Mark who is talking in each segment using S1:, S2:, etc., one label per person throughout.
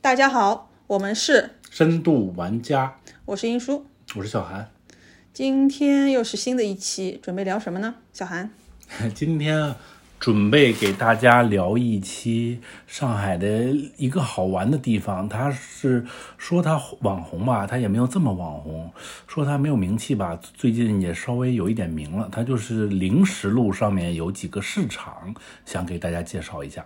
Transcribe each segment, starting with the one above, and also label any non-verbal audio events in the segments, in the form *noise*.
S1: 大家好，我们是，
S2: 深度玩家，
S1: 我是英叔，
S2: 我是小韩。 *laughs*
S1: 今天又是新的一期，准备聊什么呢？小韩，
S2: 今天准备给大家聊一期上海的一个好玩的地方。他是说他网红吧，他也没有这么网红；说他没有名气吧，最近也稍微有一点名了。他就是零食路上面有几个市场，想给大家介绍一下。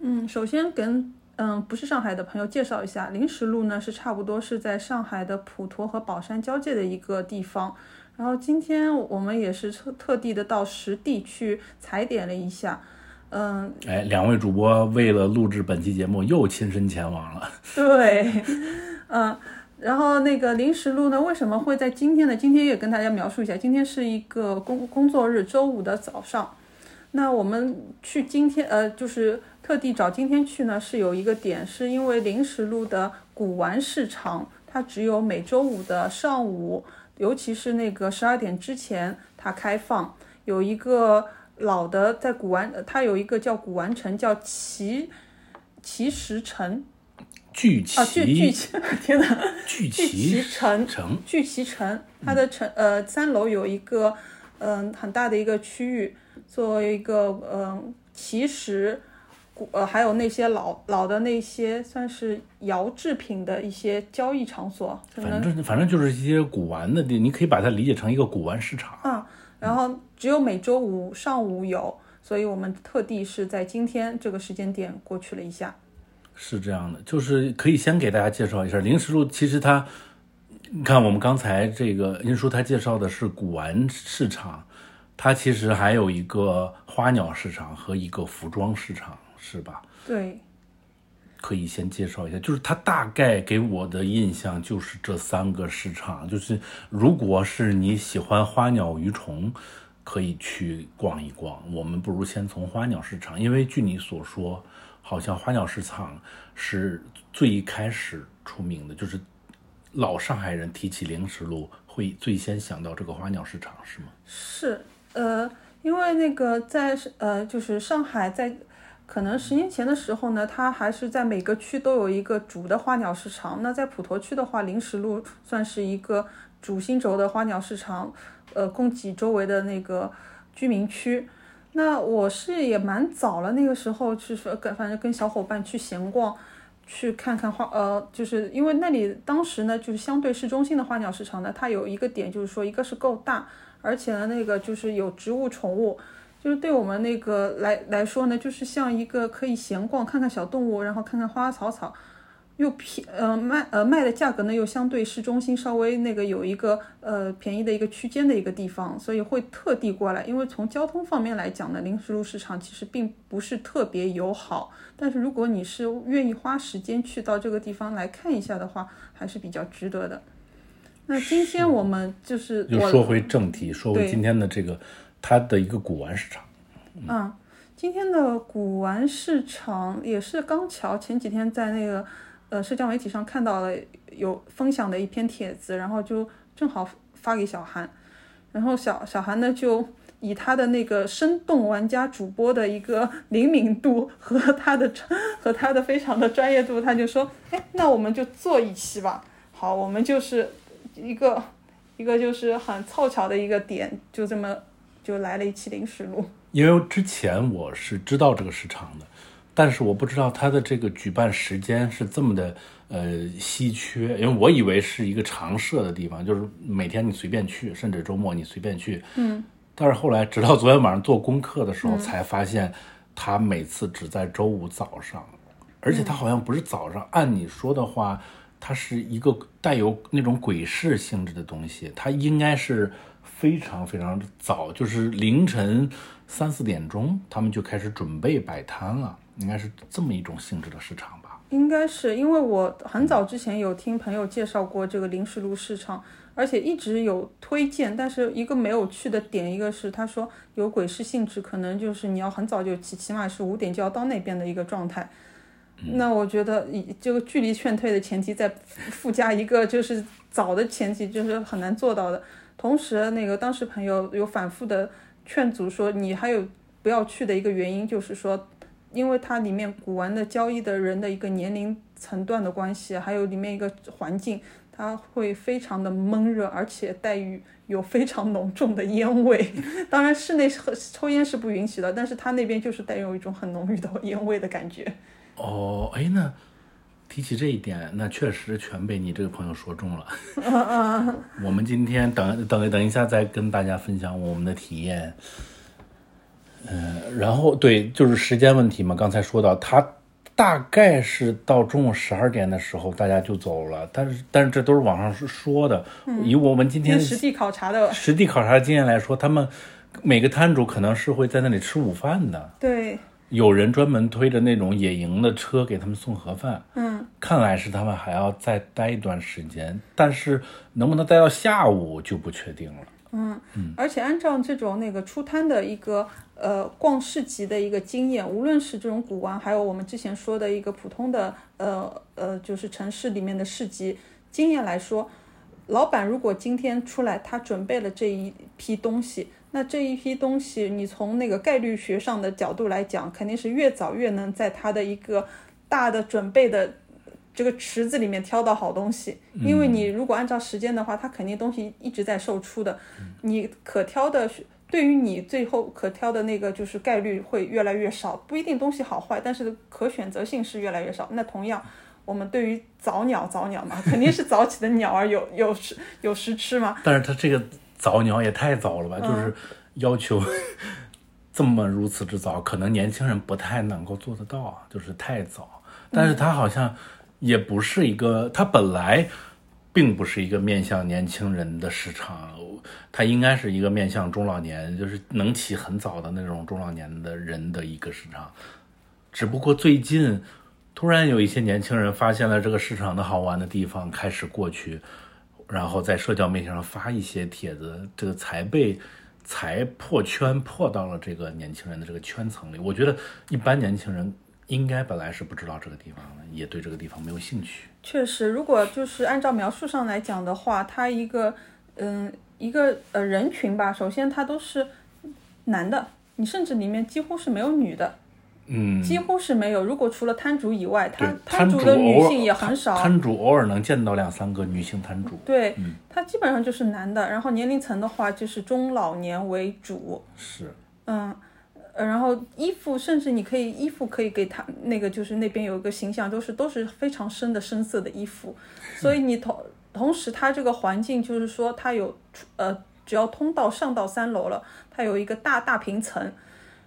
S1: 嗯，首先跟嗯不是上海的朋友介绍一下，临时路呢是差不多是在上海的普陀和宝山交界的一个地方。然后今天我们也是特特地的到实地去踩点了一下，嗯，
S2: 哎，两位主播为了录制本期节目，又亲身前往了。
S1: *laughs* 对，嗯，然后那个临时路呢，为什么会在今天呢？今天也跟大家描述一下，今天是一个工工作日，周五的早上。那我们去今天，呃，就是特地找今天去呢，是有一个点，是因为临时路的古玩市场，它只有每周五的上午，尤其是那个十二点之前它开放，有一个老的在古玩，呃它有一个叫古玩城，叫奇奇石城。
S2: 聚
S1: 啊，聚聚
S2: 齐，
S1: 齐， *laughs* 天哪，
S2: 聚
S1: 聚齐
S2: 齐
S1: 城，
S2: 城，
S1: 聚齐城，它的城呃三楼有一个嗯、很大的一个区域，作为一个嗯、奇石古呃还有那些老老的那些算是窑制品的一些交易场所，可能
S2: 反正反正就是一些古玩的地，你可以把它理解成一个古玩市场。
S1: 啊，然后只有每周五上午有，所以我们特地是在今天这个时间点过去了一下。
S2: 是这样的，就是可以先给大家介绍一下零食路。其实它，你看我们刚才这个您说他介绍的是古玩市场，它其实还有一个花鸟市场和一个服装市场，是吧？
S1: 对，
S2: 可以先介绍一下，就是它大概给我的印象就是这三个市场。就是如果是你喜欢花鸟鱼虫，可以去逛一逛。我们不如先从花鸟市场，因为据你所说，好像花鸟市场是最一开始出名的，就是老上海人提起零食路会最先想到这个花鸟市场，是吗？
S1: 是，呃，因为那个在呃，就是上海在可能十年前的时候呢，它还是在每个区都有一个主的花鸟市场。那在普陀区的话，临时路算是一个主心轴的花鸟市场，呃，供给周围的那个居民区。那我是也蛮早了，那个时候是说跟反正跟小伙伴去闲逛，去看看花，呃，就是因为那里当时呢，就是相对市中心的花鸟市场呢，它有一个点就是说，一个是够大，而且呢，那个就是有植物、宠物，就是对我们那个来来说呢，就是像一个可以闲逛、看看小动物，然后看看花花草草，又便呃卖呃卖的价格呢又相对市中心稍微那个有一个呃便宜的一个区间的一个地方，所以会特地过来。因为从交通方面来讲呢，临时路市场其实并不是特别友好，但是如果你是愿意花时间去到这个地方来看一下的话，还是比较值得的。那今天我们就是
S2: 又
S1: 我
S2: 说回正题，说回
S1: 对
S2: 今天的这个它的一个古玩市场。
S1: 嗯，今天的古玩市场也是刚巧前几天在那个呃社交媒体上看到了有分享的一篇帖子，然后就正好发给小韩，然后小小韩呢就以他的那个生动玩家主播的一个灵敏度和他的专 *laughs* 和他的非常的专业度，他就说，哎，那我们就做一期吧。好，我们就是一个一个就是很凑巧的一个点，就这么就来了一期零食录。
S2: 因为之前我是知道这个市场的，但是我不知道它的这个举办时间是这么的呃稀缺，因为我以为是一个常设的地方，就是每天你随便去，甚至周末你随便去。嗯。但是后来，直到昨天晚上做功课的时候，才发现它每次只在周五早上，而且它好像不是早上。按你说的话，它是一个带有那种鬼市性质的东西，它应该是非常非常早，就是凌晨三四点钟，他们就开始准备摆摊了，应该是这么一种性质的市场吧。
S1: 应该是因为我很早之前有听朋友介绍过这个临时路市场，而且一直有推荐，但是一个没有去的点，一个是他说有鬼市性质，可能就是你要很早就起，起码是五点就要到那边的一个状态。那我觉得以这个距离劝退的前提，再附附加一个就是早的前提，就是很难做到的。同时，那个当时朋友有反复的劝阻说，你还有不要去的一个原因，就是说因为它里面古玩的交易的人的一个年龄层段的关系，还有里面一个环境，它会非常的闷热，而且带于有非常浓重的烟味。 *laughs* 当然，室内是抽烟是不允许的，但是它那边就是带有一种很浓郁的烟味的感觉。
S2: 哦，哎，那提起这一点，那确实全被你这个朋友说中了。
S1: *laughs*
S2: 我们今天等等等一下再跟大家分享我们的体验。嗯、然后对，就是时间问题嘛。刚才说到，他大概是到中午十二点的时候，大家就走了。但是，但是这都是网上是说的。以我们今
S1: 嗯因
S2: 天
S1: 为实地考察的，
S2: 实地考察经验来说，他们每个摊主可能是会在那里吃午饭的。
S1: 对，
S2: 有人专门推着那种野营的车给他们送盒饭，
S1: 嗯，
S2: 看来是他们还要再待一段时间，但是能不能待到下午就不确定了。
S1: 而且按照这种那个出摊的一个呃逛市集的一个经验，无论是这种古玩，还有我们之前说的一个普通的呃呃，就是城市里面的市集经验来说，老板如果今天出来，他准备了这一批东西，那这一批东西，你从那个概率学上的角度来讲，肯定是越早越能在他的一个大的准备的这个池子里面挑到好东西，因为你如果按照时间的话，它肯定东西一直在售出的，你可挑的是。对于你最后可挑的那个就是概率会越来越少，不一定东西好坏，但是可选择性是越来越少。那同样，我们对于早鸟早鸟嘛，肯定是早起的鸟儿有 *laughs* 有时有时吃嘛，
S2: 但是他这个早鸟也太早了吧，就是要求 *laughs* 这么如此之早，可能年轻人不太能够做得到啊，就是太早。但是他好像也不是一个，他本来并不是一个面向年轻人的市场，他应该是一个面向中老年，就是能起很早的那种中老年的人的一个市场。只不过最近突然有一些年轻人发现了这个市场的好玩的地方，开始过去，然后在社交媒体上发一些帖子，这个才被才破圈破到了这个年轻人的这个圈层里。我觉得一般年轻人应该本来是不知道这个地方的，也对这个地方没有兴趣。
S1: 确实，如果就是按照描述上来讲的话，它一个嗯一个呃人群吧，首先它都是男的，你甚至里面几乎是没有女的，
S2: 嗯，
S1: 几乎是没有。如果除了摊主以外，
S2: 对
S1: 摊，
S2: 摊
S1: 主
S2: 主
S1: 的女
S2: 偶尔
S1: 性也很少。
S2: 摊主偶尔能见到两三个女性摊主。
S1: 对，它基本上就是男的，然后年龄层的话就是中老年为主，
S2: 是，
S1: 嗯，呃然后衣服甚至你可以衣服可以给他那个就是那边有一个形象，都是都是非常深的深色的衣服，所以你同同时它这个环境就是说它有出呃只要通道上到三楼了，它有一个大大平层。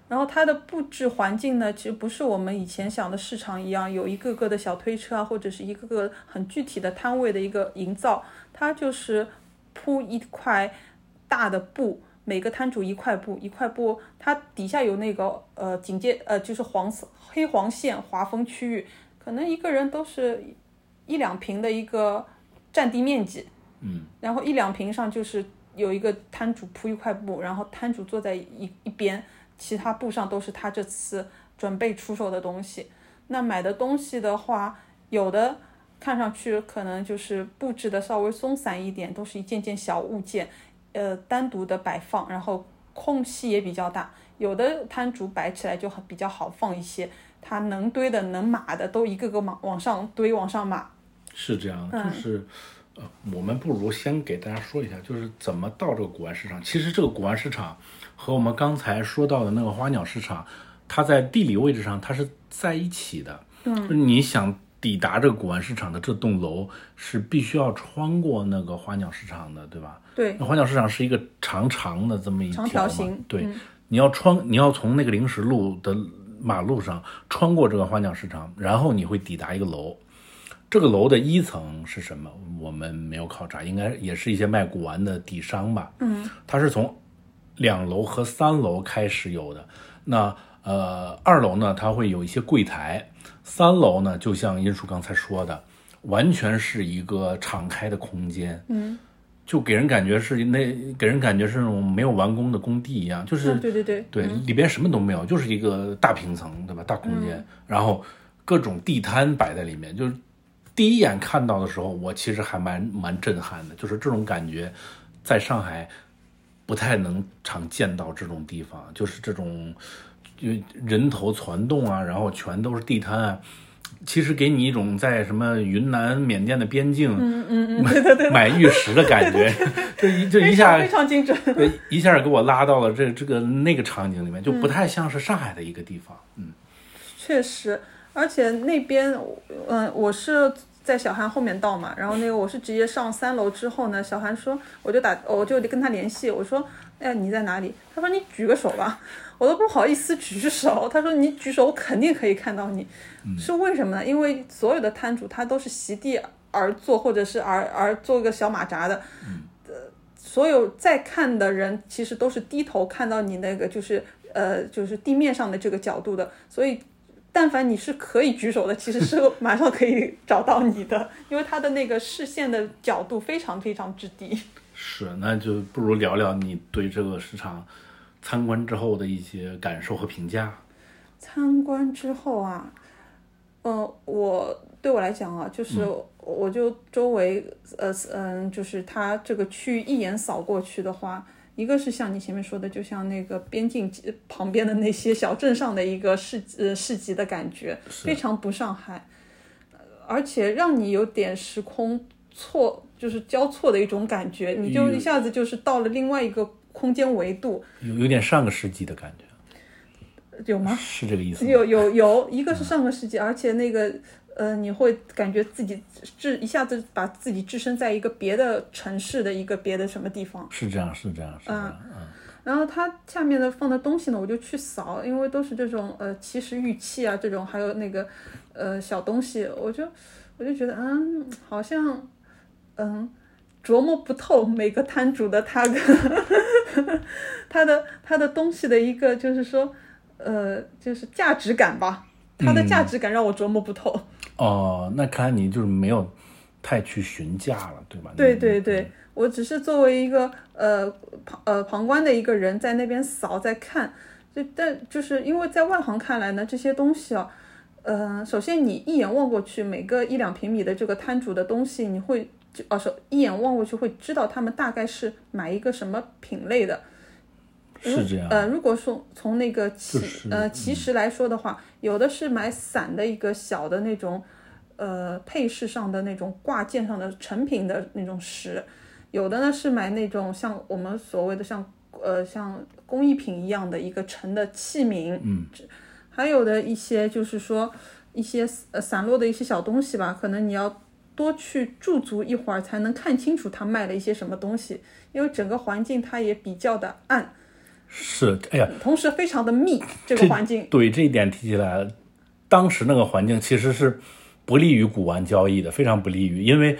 S1: 然后它的布置环境呢，其实不是我们以前想的市场一样，有一个个的小推车啊，或者是一个个很具体的摊位的一个营造，它就是铺一块大的布，每个摊主一块布，一块布，它底下有那个呃警戒呃就是黄色黑黄线划分区域，可能一个人都是一两平的一个占地面积，
S2: 嗯，
S1: 然后一两平上就是有一个摊主铺一块布，然后摊主坐在一一边，其他布上都是他这次准备出售的东西。那买的东西的话，有的看上去可能就是布置的稍微松散一点，都是一件件小物件，呃，单独的摆放，然后空隙也比较大。有的摊主摆起来就很比较好放一些，他能堆的能码的都一个个往往上堆往上码。
S2: 是这样的，就是、呃，我们不如先给大家说一下，就是怎么到这个古玩市场。其实这个古玩市场和我们刚才说到的那个花鸟市场，它在地理位置上它是在一起的。嗯，就是你想抵达这个古玩市场的这栋楼，是必须要穿过那个花鸟市场的，对吧？
S1: 对，
S2: 那花鸟市场是一个长长的这么一条
S1: 长
S2: 嘛，
S1: 条形嗯
S2: 对，你要穿，你要从那个临时路的马路上穿过这个花鸟市场，然后你会抵达一个楼。这个楼的一层是什么？我们没有考察，应该也是一些卖古玩的底商吧。嗯，它是从两楼和三楼开始有的。那呃，二楼呢，它会有一些柜台；三楼呢，就像殷叔刚才说的，完全是一个敞开的空间。嗯，就给人感觉是那给人感觉是那种没有完工的工地一样，就是、
S1: 嗯，对对对。
S2: 对，里边什么都没有，就是一个大平层，对吧？大空
S1: 嗯
S2: 间，然后各种地摊摆在里面，就是第一眼看到的时候，我其实还蛮蛮震撼的，就是这种感觉，在上海不太能常见到这种地方，就是这种就人头攒动啊，然后全都是地摊啊。其实给你一种在什么云南、缅甸的边境，
S1: 嗯嗯嗯，对对对，
S2: 买玉石的
S1: *laughs*
S2: 感觉，就一就一下
S1: 非常精准。
S2: 对，一下给我拉到了这这个那个场景里面，就
S1: 嗯
S2: 不太像是上海的一个地方。嗯，
S1: 确实，而且那边，嗯、我是在小韩后面到嘛，然后那个我是直接上三楼之后呢，小韩说，我就打，我就跟他联系，我说，哎，你在哪里？他说你举个手吧，我都不好意思举手。他说你举手，我肯定可以看到你，是为什么呢？因为所有的摊主他都是席地而坐，或者是而而做个小马扎的，呃所有在看的人其实都是低头看到你那个就是呃就是地面上的这个角度的，所以但凡你是可以举手的，其实是马上可以找到你的，因为他的那个视线的角度非常非常之低。
S2: 是，那就不如聊聊你对这个市场参观之后的一些感受和评价。
S1: 参观之后啊，呃，我对我来讲啊，就是我就周围呃嗯，就是它这个区域一眼扫过去的话，一个是像你前面说的，就像那个边境呃旁边的那些小镇上的一个市呃市集的感觉，非常不上海，呃而且让你有点时空错，就是交错的一种感觉，你就一下子就是到了另外一个空间维度，
S2: 有有点上个世纪的感觉，
S1: 有吗？
S2: 是这个意思吗？
S1: 有有有，一个是上个世纪，而且那个呃，你会感觉自己置一下子把自己置身在一个别的城市的一个别的什么地方。
S2: 是这样，是这样，是这样。嗯，
S1: 然后它下面的放的东西呢，我就去扫，因为都是这种呃奇石玉器啊，这种还有那个呃小东西，我就我就觉得嗯，好像嗯琢磨不透每个摊主的他的 *laughs* 他的他的东西的一个就是说呃就是价值感吧，它的价值感让我琢磨不透。
S2: 哦，那看来你就是没有太去询价了，对吧？
S1: 对对对，我只是作为一个呃旁呃旁观的一个人在那边扫在看，就但就是因为在外行看来呢，这些东西啊，呃，首先你一眼望过去，每个一两平米的这个摊主的东西，你会就哦，首一眼望过去会知道他们大概是买一个什么品类的。
S2: 是这样。
S1: 呃，如果说从那个奇、
S2: 就是嗯
S1: 呃奇石来说的话，有的是买散的一个小的那种，呃，配饰上的那种挂件上的成品的那种石，有的呢是买那种像我们所谓的像呃像工艺品一样的一个成的器皿，嗯，还有的一些就是说一些呃散落的一些小东西吧，可能你要。多去驻足一会儿，才能看清楚他卖了一些什么东西，因为整个环境它也比较的暗，
S2: 是，哎呀，
S1: 同时非常的
S2: *laughs*
S1: 密，这个
S2: 这
S1: 环境
S2: 对这一点提起来，当时那个环境其实是不利于古玩交易的，非常不利于，因为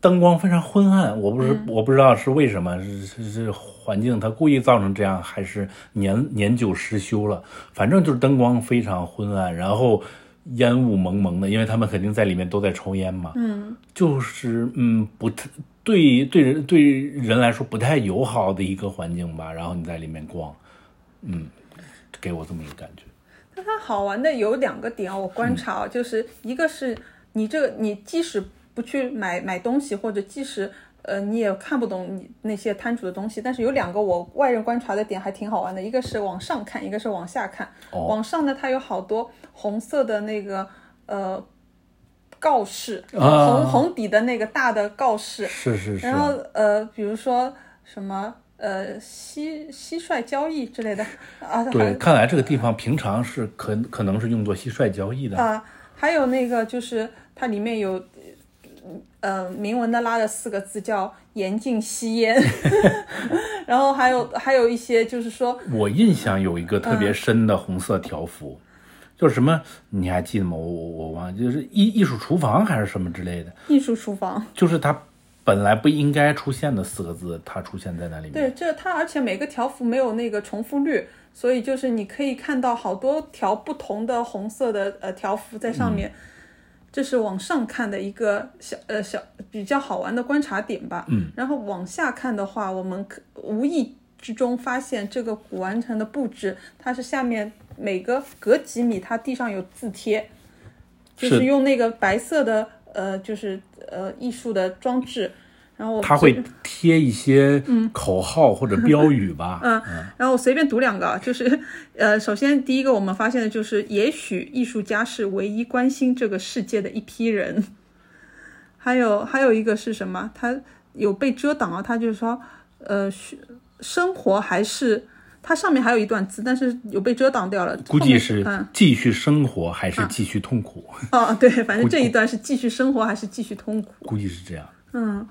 S2: 灯光非常昏暗，我不是、我不知道是为什么，是是是环境它故意造成这样，还是年年久失修了，反正就是灯光非常昏暗，然后。烟雾蒙蒙的，因为他们肯定在里面都在抽烟嘛。嗯，就是嗯，不太对对人对人来说不太友好的一个环境吧。然后你在里面逛，嗯，给我这么一个感觉。
S1: 但它好玩的有两个点啊，我观察
S2: 嗯
S1: 啊，就是一个是你这个你即使不去买买东西，或者即使呃你也看不懂你那些摊主的东西，但是有两个我外人观察的点还挺好玩的，一个是往上看，一个是往下看。
S2: 哦
S1: 往上呢，它有好多红色的那个呃告示，
S2: 啊
S1: 红红底的那个大的告示，
S2: 是是是啊
S1: 然，后呃，比如说什么呃蟋蟋蟀交易之类的啊，
S2: 对，看来这个地方平常是可可能是用作蟋蟀交易的。
S1: 啊，还有那个就是它里面有，呃，明文的拉了四个字叫“严禁吸烟”， *laughs* 然后还有还有一些就是说，
S2: 我印象有一个特别深的红色条幅，就是什么你还记得吗？我我我忘了，就是艺艺术厨房还是什么之类的。
S1: 艺术厨房。
S2: 就是它本来不应该出现的四个字，它出现在那里面。
S1: 对，这它而且每个条幅没有那个重复率，所以就是你可以看到好多条不同的红色的呃条幅在上面。这是往上看的一个小呃小比较好玩的观察点吧。嗯，然后往下看的话，我们可无意之中发现这个古玩城的布置，它是下面每个隔几米，它地上有字贴，就是是用那个白色的呃就是呃艺术的装置，然后我
S2: 他会贴一些口号
S1: *laughs*
S2: 或者标语吧？
S1: 嗯，然后我随便读两个啊，就是，呃，首先第一个我们发现的就是，也许艺术家是唯一关心这个世界的一批人。还有还有一个是什么？他有被遮挡啊，他就是说，呃，学生活还是它上面还有一段字，但是有被遮挡掉了。
S2: 估
S1: 后
S2: 计
S1: 面
S2: 是
S1: 嗯
S2: 继续生活还是继续痛苦？ *laughs*
S1: 哦，对，反正这一段是继续生活还是继续痛苦。
S2: 估计是这样。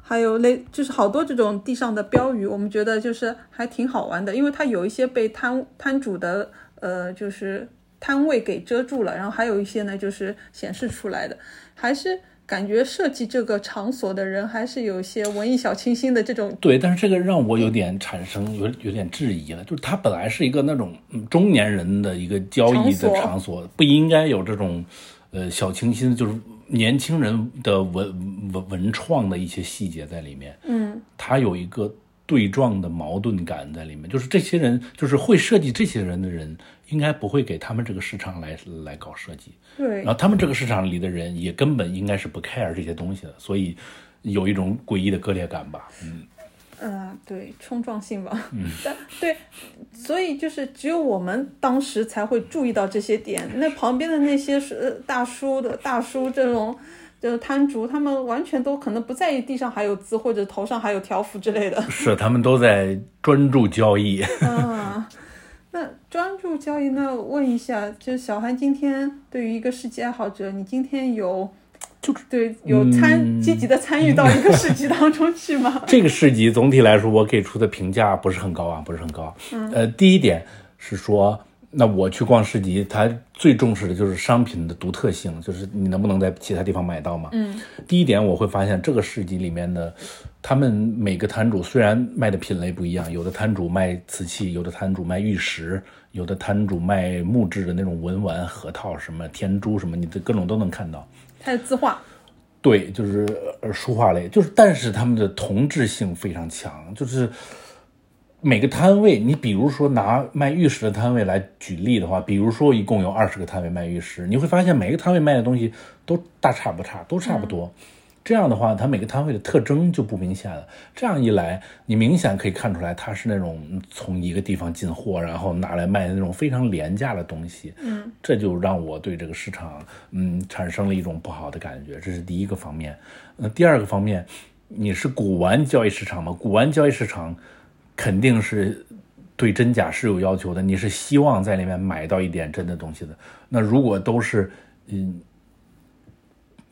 S1: 还有类就是好多这种地上的标语，我们觉得就是还挺好玩的，因为它有一些被摊摊主的呃就是摊位给遮住了，然后还有一些呢就是显示出来的，还是感觉设计这个场所的人还是有一些文艺小清新的这种
S2: 对，但是这个让我有点产生有有点质疑了，就是它本来是一个那种嗯中年人的一个交易的
S1: 场所
S2: 场所，不应该有这种呃小清新，就是年轻人的文文文创的一些细节在里面。嗯，它有一个对撞的矛盾感在里面，就是这些人就是会设计这些人的人，应该不会给他们这个市场来来搞设计。
S1: 对
S2: 然后他们这个市场里的人也根本应该是不 care 这些东西的，所以有一种诡异的割裂感吧。嗯。
S1: 嗯，对，冲撞性吧。 *laughs* 但对，所以就是只有我们当时才会注意到这些点，那旁边的那些是呃大叔的大叔这种。就是摊主，他们完全都可能不在意地上还有字，或者头上还有条幅之类的。 *laughs*
S2: 是，他们都在专注交易。
S1: 那专注交易，那问一下，就是小韩今天对于一个世纪爱好者，你今天有就是对有参、积极的参与到一个市集当中去吗？
S2: *laughs* 这个市集总体来说，我给出的评价不是很高啊，不是很高。呃，第一点是说，那我去逛市集，它最重视的就是商品的独特性，就是你能不能在其他地方买到嘛。嗯。第一点，我会发现这个市集里面的，他们每个摊主虽然卖的品类不一样，有的摊主卖瓷器，有的摊主卖玉石，有的摊主卖木质的那种文玩、核桃、什么天珠什么，你的各种都能看到。
S1: 还有字画，
S2: 对，就是呃书画类，就是但是他们的同质性非常强，就是每个摊位，你比如说拿卖玉石的摊位来举例的话，比如说一共有二十个摊位卖玉石，你会发现每个摊位卖的东西都大差不差，都差不多。这样的话，它每个摊位的特征就不明显了。这样一来，你明显可以看出来，它是那种从一个地方进货，然后拿来卖的那种非常廉价的东西。嗯，这就让我对这个市场，嗯，产生了一种不好的感觉。这是第一个方面。呃，第二个方面，你是古玩交易市场吗？古玩交易市场肯定是对真假是有要求的，你是希望在里面买到一点真的东西的。那如果都是，嗯，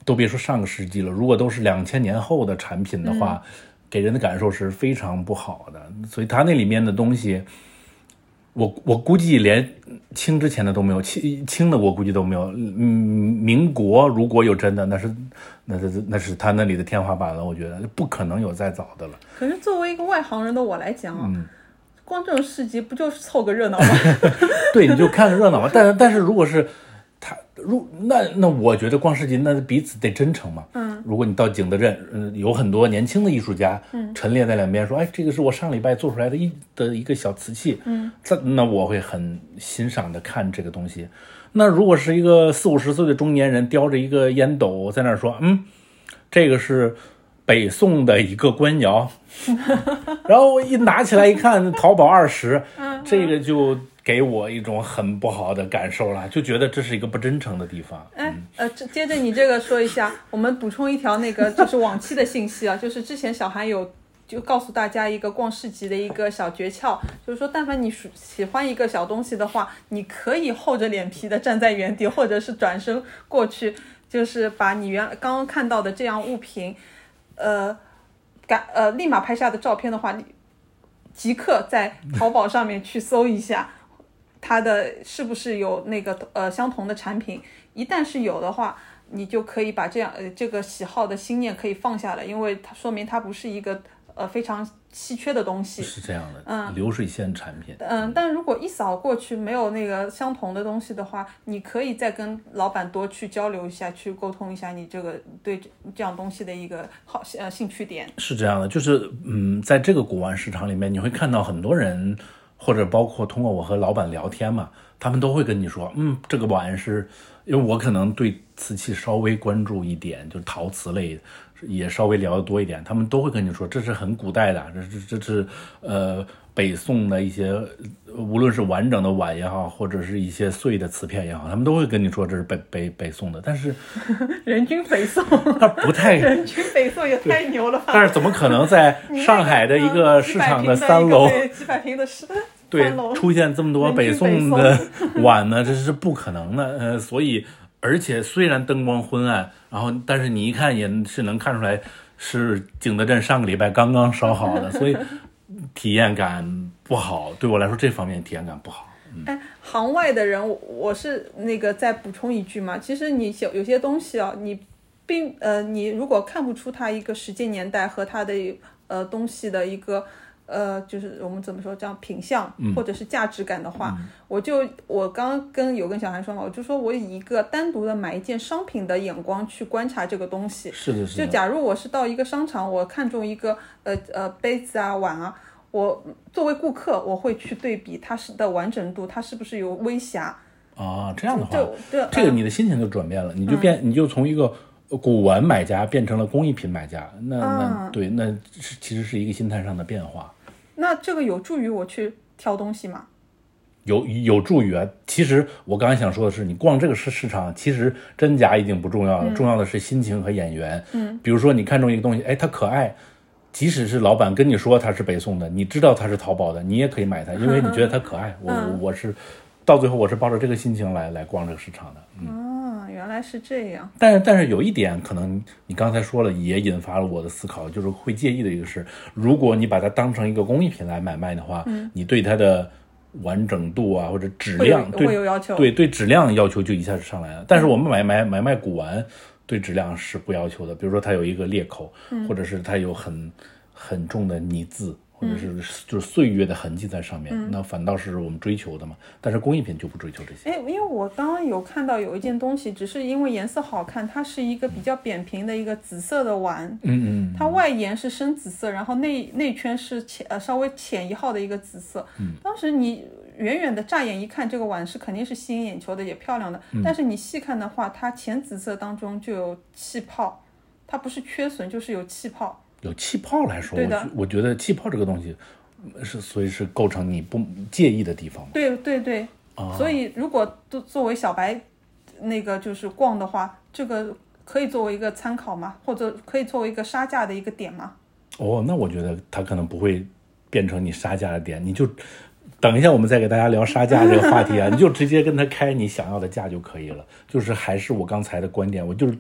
S2: 都别说上个世纪了，如果都是两千年后的产品的话，给人的感受是非常不好的。所以它那里面的东西，我我估计连清之前的都没有，清清的我估计都没有。嗯，民国如果有真的，那是那那那是他那里的天花板了，我觉得不可能有再早的了。
S1: 可是作为一个外行人的我来讲啊，光这种市集不就是凑个热闹吗？
S2: 对，你就看个热闹嘛。但是但是如果是他如那那我觉得逛市集那彼此得真诚嘛。嗯，如果你到景德镇，嗯、有很多年轻的艺术家，嗯，陈列在两边说，哎，这个是我上礼拜做出来的一的一个小瓷器，嗯，这那我会很欣赏的看这个东西。那如果是一个四五十岁的中年人叼着一个烟斗在那儿说，嗯，这个是北宋的一个官窑，然后我一拿起来一看，淘宝二十，这个就给我一种很不好的感受了，就觉得这是一个不真诚的地方。
S1: 哎，呃，这接着你这个说一下，我们补充一条那个就是往期的信息啊，就是之前小韩有。就告诉大家一个逛市集的一个小诀窍，就是说，但凡你喜喜欢一个小东西的话，你可以厚着脸皮的站在原地，或者是转身过去，就是把你原刚刚看到的这样物品，呃，赶呃立马拍下的照片的话，你即刻在淘宝上面去搜一下，它的是不是有那个呃相同的产品？一旦是有的话，你就可以把这样呃这个喜好的心念可以放下来，因为它说明它不是一个呃非常稀缺的东西。
S2: 是这样的，流水线产品，
S1: 嗯，但如果一扫过去没有那个相同的东西的话，你可以再跟老板多去交流一下，去沟通一下你这个对这这样东西的一个好呃兴趣点。
S2: 是这样的，就是嗯，在这个古玩市场里面，你会看到很多人，或者包括通过我和老板聊天嘛，他们都会跟你说，嗯，这个碗是因为我可能对瓷器稍微关注一点，就是陶瓷类也稍微聊得多一点，他们都会跟你说这是很古代的，这这这是呃北宋的一些，呃无论是完整的碗也好，或者是一些碎的瓷片也好，他们都会跟你说这是北北北宋的，但是
S1: 人均北宋，
S2: 它不太
S1: 人均北宋也太牛了
S2: *laughs*
S1: 吧！
S2: 但是怎么可能在上海的一个市场的三楼，
S1: 几百平的市
S2: *laughs* 对
S1: 三楼，
S2: 出现这么多
S1: 人均
S2: 北
S1: 北
S2: 宋
S1: 宋
S2: 的 *laughs* 碗呢？这是不可能的。呃，所以而且虽然灯光昏暗，然后但是你一看也是能看出来是景德镇上个礼拜刚刚烧好的，所以体验感不好。对我来说，这方面体验感不好。
S1: 哎，行外的人，我我是那个再补充一句嘛，其实你有有些东西啊，你并呃，你如果看不出它一个时间年代和它的呃东西的一个呃，就是我们怎么说这样品相或者是价值感的话，我就我刚刚跟有跟小韩说嘛，我就说我以一个单独的买一件商品的眼光去观察这个东西，
S2: 是的，是
S1: 就
S2: 的，
S1: 假如我是到一个商场，我看中一个呃呃杯子啊碗啊，我作为顾客，我会去对比它是的完整度，它是不是有微瑕？
S2: 啊，这样的话，
S1: 就呃对
S2: 这个你的心情就转变了，你就变，你就从一个呃古玩买家变成了工艺品买家，那那对，那是其实是一个心态上的变化，
S1: 那这个有助于我去挑东西吗？
S2: 有有助于啊。其实我刚才想说的是，你逛这个市市场，其实真假已经不重要了，重要的是心情和眼缘。嗯，比如说你看中一个东西，哎，它可爱。即使是老板跟你说它是北宋的，你知道它是淘宝的，你也可以买它，因为你觉得它可爱。我我我是到最后我是抱着这个心情来来逛这个市场的。
S1: 啊，原来是这样。
S2: 但是但是有一点，可能你刚才说了，也引发了我的思考，就是会介意的一个是，如果你把它当成一个工艺品来买卖的话，你对它的完整度啊或者质
S1: 嗯会有
S2: 量
S1: 会有
S2: 对
S1: 要求，
S2: 对对质量要求就一下就上来了。但是我们买买买卖古玩对质量是不要求的，比如说它有一个裂口，
S1: 嗯
S2: 或者是它有很很重的泥渍。或者是
S1: 嗯
S2: 就是岁月的痕迹在上面，那反倒是我们追求的嘛。但是工艺品就不追求这些。
S1: 哎，因为我刚刚有看到有一件东西，只是因为颜色好看，它是一个比较扁平的一个紫色的碗，
S2: 嗯嗯，
S1: 它外沿是深紫色，然后内内圈是浅呃稍微浅一号的一个紫色。
S2: 嗯
S1: 当时你远远的乍眼一看，这个碗是肯定是吸引眼球的，也漂亮的。
S2: 嗯
S1: 但是你细看的话，它浅紫色当中就有气泡，它不是缺损就是有气泡。
S2: 有气泡来说，
S1: 对
S2: 我
S1: 的
S2: 觉我觉得气泡这个东西嗯是，所以是构成你不介意的地方嘛。
S1: 对对对，
S2: 哦
S1: 所以如果作作为小白那个就是逛的话，这个可以作为一个参考吗？或者可以作为一个杀价的一个点吗？
S2: 哦，那我觉得它可能不会变成你杀价的点，你就等一下我们再给大家聊杀价这个话
S1: *laughs*
S2: 题啊，你就直接跟他开你想要的价就可以了。就是还是我刚才的观点，我就是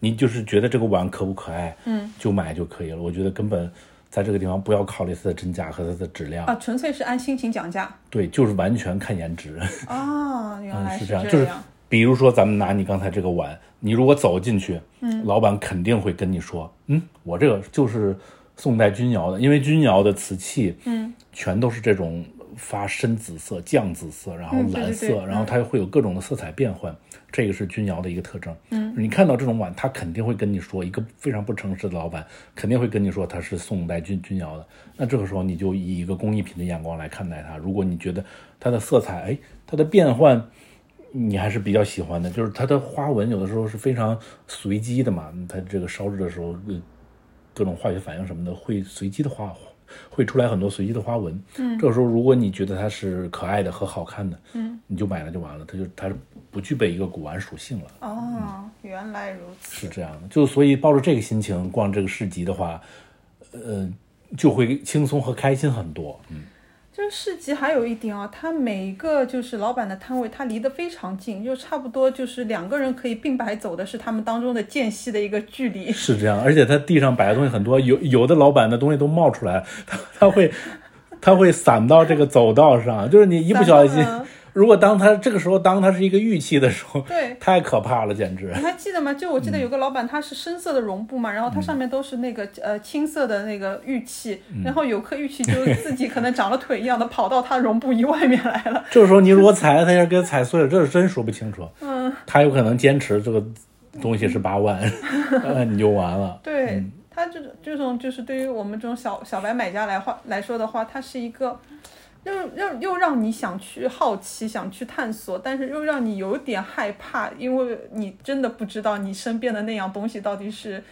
S2: 你就是觉得这个碗可不可爱，嗯，就买就可以了。我觉得根本在这个地方不要考虑它的真假和它的质量，
S1: 啊，纯粹是按心情讲价
S2: 对，就是完全看颜值。
S1: 啊，原来
S2: 嗯是
S1: 这
S2: 样，就是
S1: 样。
S2: 比如说咱们拿你刚才这个碗，你如果走进去，嗯，老板肯定会跟你说，嗯，我这个就是宋代钧窑的，因为钧窑的瓷器，嗯，全都是这种发深紫色、酱紫色，然后
S1: 嗯对
S2: 蓝
S1: 对
S2: 色，
S1: 对
S2: 然后它会有各种的色彩变换，这个是钧窑的一个特征。嗯，你看到这种碗，他肯定会跟你说，一个非常不诚实的老板肯定会跟你说它是宋代钧钧窑的。那这个时候你就以一个工艺品的眼光来看待它。如果你觉得它的色彩，哎，它的变换。你还是比较喜欢的，就是它的花纹有的时候是非常随机的嘛，它这个烧制的时候，呃各种化学反应什么的会随机的花，会出来很多随机的花纹。嗯，这个时候如果你觉得它是可爱的和好看的，嗯，你就买了就完了，它就它不具备一个古玩属性了，
S1: 哦，原来如此。
S2: 是这样的。就所以抱着这个心情逛这个市集的话，呃，就会轻松和开心很多。嗯，
S1: 就是市集还有一点啊，它每一个就是老板的摊位，它离得非常近，就差不多就是两个人可以并排走的是他们当中的间隙的一个距离。
S2: 是这样，而且他地上摆的东西很多，有有的老板的东西都冒出来， *laughs* 他他会他会散到这个走道上，就是你一不小心
S1: 散到嗯，
S2: 如果当他这个时候当他是一个玉器的时候，
S1: 对
S2: 太可怕了，简直。
S1: 你还记得吗？就我记得有个老板，他是深色的绒布嘛，然后它上面都是那个呃青色的那个玉器，然后有颗玉器就自己可能长了腿一样的跑到他绒布衣外面来了。
S2: 这个时候你如果踩他，要是给他踩碎了，这是真说不清楚。嗯，他有可能坚持这个东西是八
S1: *laughs*
S2: 万，呃，你就完了。
S1: 对，他这种这种就是对于我们这种小小白买家来话来说的话，它是一个又又又让你想去好奇，想去探索，但是又让你有点害怕，因为你真的不知道你身边的那样东西到底是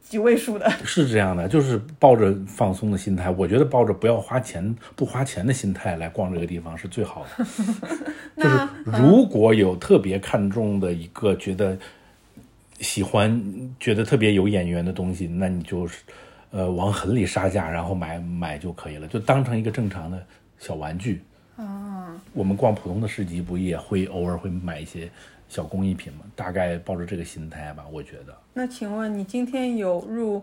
S1: 几位数的。
S2: 是这样的，就是抱着放松的心态，我觉得抱着不要花钱、不花钱的心态来逛这个地方是最好的。就是
S1: 那
S2: 如果有特别看重的一个觉得喜欢、觉得特别有眼缘的东西，那你就是呃往狠里杀价，然后买买就可以了，就当成一个正常的小玩具。啊，我们逛普通的市集不也会偶尔会买一些小工艺品吗？大概抱着这个心态吧，我觉得。 *laughs*
S1: 那请问你今天有入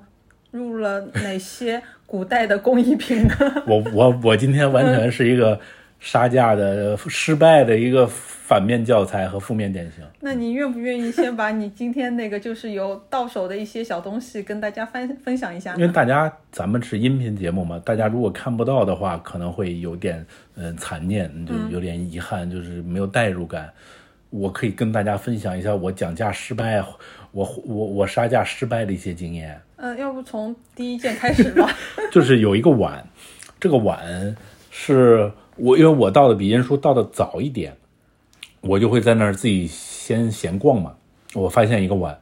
S1: 入了哪些古代的工艺品呢？ *laughs*
S2: 我我我今天完全是一个杀价的失败的一个反面教材和负面典型。
S1: 那你愿不愿意先把你今天那个就是有到手的一些小东西跟大家分分享一下
S2: 因为
S1: 呢？
S2: 大家咱们是音频节目嘛，大家如果看不到的话，可能会有点嗯、呃残念，就有点遗憾，就是没有代入感。我可以跟大家分享一下我讲价失败，我我我杀价失败的一些经验。
S1: 嗯、要不从第一件开始吧。 *laughs*
S2: 就是有一个碗，这个碗是我因为我到的比殷叔到的早一点，我就会在那儿自己先闲逛嘛。我发现一个碗，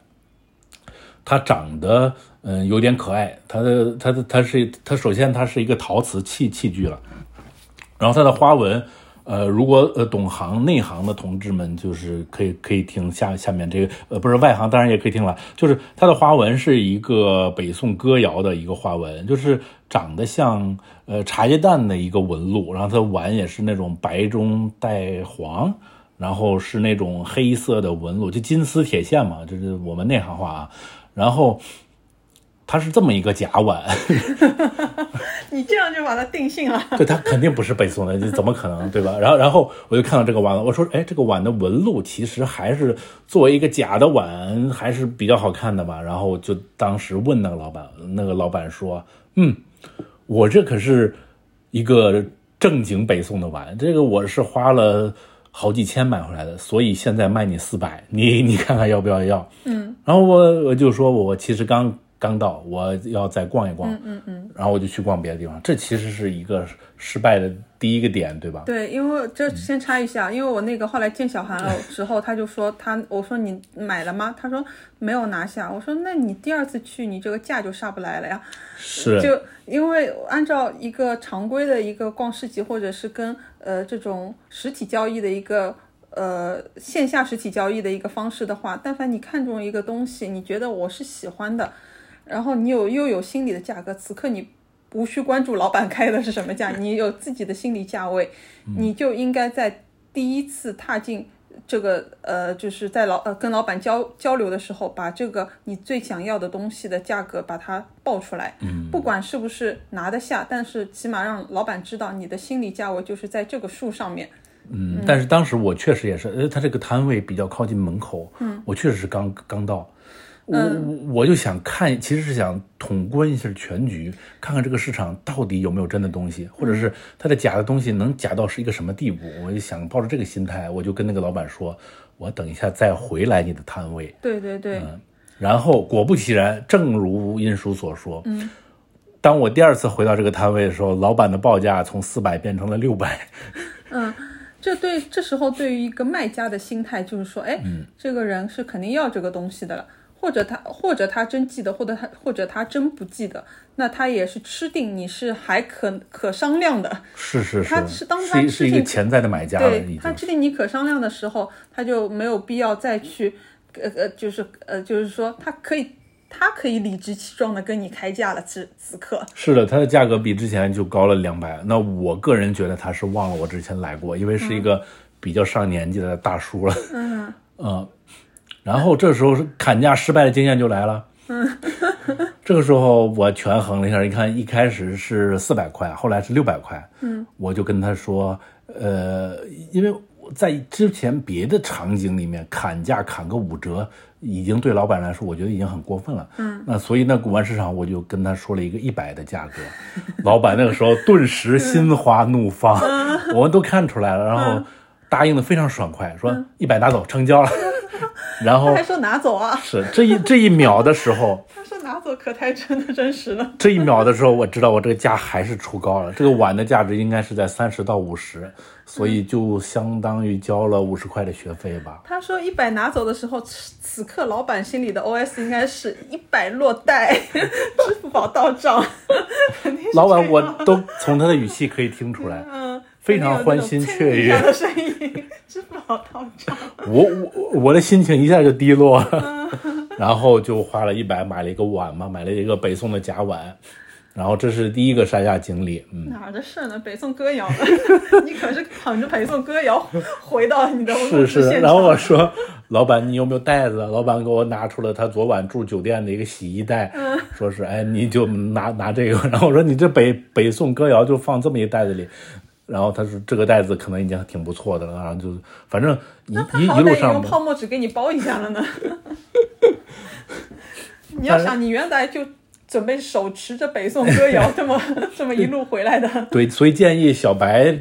S2: 它长得嗯、有点可爱，它的它的它是它首先它是一个陶瓷器器具了，然后它的花纹。呃，如果呃懂行内行的同志们，就是可以可以听下下面这个，呃，不是外行当然也可以听了，就是它的花纹是一个北宋歌谣的一个花纹，就是长得像呃茶叶蛋的一个纹路，然后它的碗也是那种白中带黄，然后是那种黑色的纹路，就金丝铁线嘛，这、是我们内行话啊，然后。它是这么一个假碗，
S1: 你这样就把它定性了。
S2: *laughs* 对，它肯定不是北宋的，这怎么可能，对吧？然 *laughs* 后，然后我就看到这个碗了，我说，哎，这个碗的纹路其实还是作为一个假的碗，还是比较好看的吧。然后我就当时问那个老板，那个老板说，嗯，我这可是一个正经北宋的碗，这个我是花了好几千买回来的，所以现在卖你四百，你你看看要不要要？嗯，然后我我就说我其实刚刚到，我要再逛一逛，嗯嗯，然后我就去逛别的地方，这其实是一个失败的第一个点，对吧？
S1: 对，因为这先插一下，因为我那个后来见小韩了之后，他就说他，我说你买了吗？他说没有拿下。我说那你第二次去，你这个价就下不来了呀。
S2: 是，
S1: 就因为按照一个常规的一个逛市集，或者是跟呃这种实体交易的一个呃线下实体交易的一个方式的话，但凡你看中一个东西，你觉得我是喜欢的，然后你有又有心理的价格，此刻你无需关注老板开的是什么价，你有自己的心理价位，你就应该在第一次踏进。这个呃，就是在老呃跟老板交交流的时候，把这个你最想要的东西的价格把它报出来，不管是不是拿得下，但是起码让老板知道你的心理价位就是在这个数上面。
S2: 嗯，但是当时我确实也是，呃，他这个摊位比较靠近门口，嗯，我确实是刚刚到，我、我就想看，其实是想统观一下全局，看看这个市场到底有没有真的东西，或者是它的假的东西能假到是一个什么地步。我就想抱着这个心态，我就跟那个老板说，我等一下再回来你的摊位，
S1: 对对对，
S2: 然后果不其然，正如殷叔所说，嗯，当我第二次回到这个摊位的时候，老板的报价从四百变成了六百。
S1: 这对这时候对于一个卖家的心态就是说，哎，这个人是肯定要这个东西的了，或者他或者他真记得，或者他或者他真不记得，那他也是吃定你是还可可商量的。
S2: 是是是，
S1: 他吃当
S2: 是
S1: 他
S2: 一
S1: 吃
S2: 是一个
S1: 进
S2: 潜在的买家了，已
S1: 对他
S2: 经
S1: 制定你可商量的时候，他就没有必要再去，呃呃，就是呃，就是说他可以，他可以理直气壮的跟你开价了，此此刻。
S2: 是的，它的价格比之前就高了两百。那我个人觉得他是忘了我之前来过，因为
S1: 嗯
S2: 是一个比较上年纪的大叔了。嗯 *laughs* 然后这时候是砍价失败的经验就来了。嗯，这个时候我权衡了一下，你看一开始是四百块，后来是六百块。嗯，我就跟他说，呃，因为我在之前别的场景里面砍价砍个五折，已经对老板来说，我觉得已经很过分了。嗯，那所以那古玩市场我就跟他说了一个一百的价格， *laughs* 老板那个时候顿时心花怒放， *laughs* 我们都看出来了，然后答应的非常爽快，说一百拿 *laughs* 走，成交了。然后
S1: 他还说拿走啊，
S2: 是这一这一秒的时候，
S1: 他说拿做可太真的真实了。
S2: 这一秒的时候，我知道我这个价还是出高了。这个碗的价值应该是在三十到五十，所以就相当于交了五十块的学费吧。
S1: 他说一百拿走的时候，此此刻老板心里的 OS 应该是一百落袋， *laughs* 支付宝到账，肯定是
S2: 老板，
S1: 这
S2: 我
S1: 样
S2: 都从他的语气可以听出来，
S1: 嗯
S2: 非常欢欣雀
S1: 肯定
S2: 跃
S1: 有那种催命一样的声音， *laughs* 支付宝到账。
S2: 我我我的心情一下就低落了，然后就花了一百买了一个碗嘛，买了一个北宋的假碗，然后这是第一个杀价经历，嗯。
S1: 哪儿的事儿呢？北宋歌谣 *laughs* 呢？你可是捧着北宋歌谣回到你的工作
S2: 是
S1: 室
S2: 是，
S1: 现
S2: 然后
S1: 场。
S2: 我说：“老板，你有没有袋子？”老板给我拿出了他昨晚住酒店的一个洗衣袋，
S1: 嗯
S2: 说是：“哎，你就拿拿这个。”然后我说：“你这北北宋歌谣就放这么一袋子里。”然后他说：“这个袋子可能已经挺不错的了。”然后就反正一
S1: 他
S2: 一
S1: 好
S2: 一路
S1: 歹也
S2: 上
S1: 用
S2: 吧
S1: 泡沫纸给你包一下了呢。 *laughs* 你要想，你原来就准备手持着北宋歌
S2: *laughs*
S1: 谣这么这么一路回来的， *laughs*
S2: 对，所以建议小白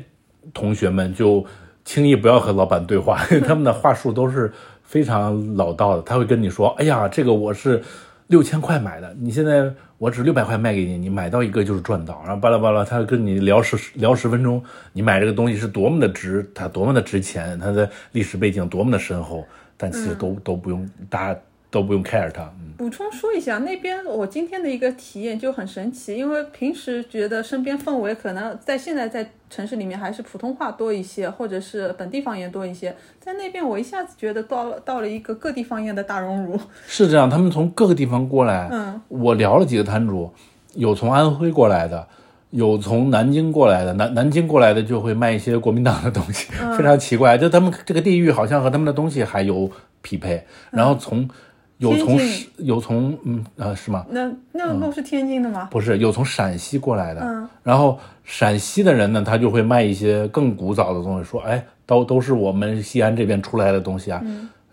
S2: 同学们就轻易不要和老板对话，他们的话术都是非常老道的。他会跟你说：“哎呀，这个我是六千块买的，你现在我只六百块卖给你，你买到一个就是赚到。”然后巴拉巴拉，他会跟你聊十聊十分钟，你买这个东西是多么的值，它多么的值钱，它的历史背景多么的深厚，但其实都、都不用大家都不用 care 它。嗯
S1: 补充说一下，那边我今天的一个体验就很神奇，因为平时觉得身边氛围可能在现在在城市里面还是普通话多一些，或者是本地方言多一些，在那边我一下子觉得到了到了一个各地方言的大熔炉。
S2: 是这样，他们从各个地方过来。嗯，我聊了几个摊主，有从安徽过来的，有从南京过来的。南南京过来的就会卖一些国民党的东西，非常奇怪。就他们这个地域好像和他们的东西还有匹配。然后从、有
S1: 天
S2: 从
S1: 津
S2: 是有从嗯呃是吗？
S1: 那那
S2: 嗯
S1: 个路是天津的吗？
S2: 不是，有从陕西过来的。然后陕西的人呢，他就会卖一些更古早的东西，说哎，都都是我们西安这边出来的东西啊。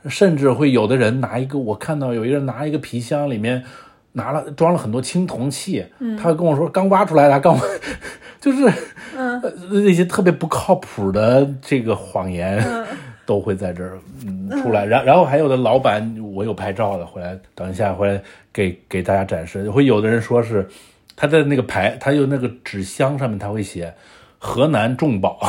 S2: 甚至会有的人拿一个，我看到有一个人拿一个皮箱，里面拿了装了很多青铜器，他跟我说刚挖出来的，刚挖就是，嗯、 *laughs* 那些特别不靠谱的这个谎言。 *laughs* 都会在这儿嗯出来，然然后还有的老板，我有拍照的，回来等一下回来给给大家展示。会有的人说是他在那个牌，他有那个纸箱上面他会写河南众宝，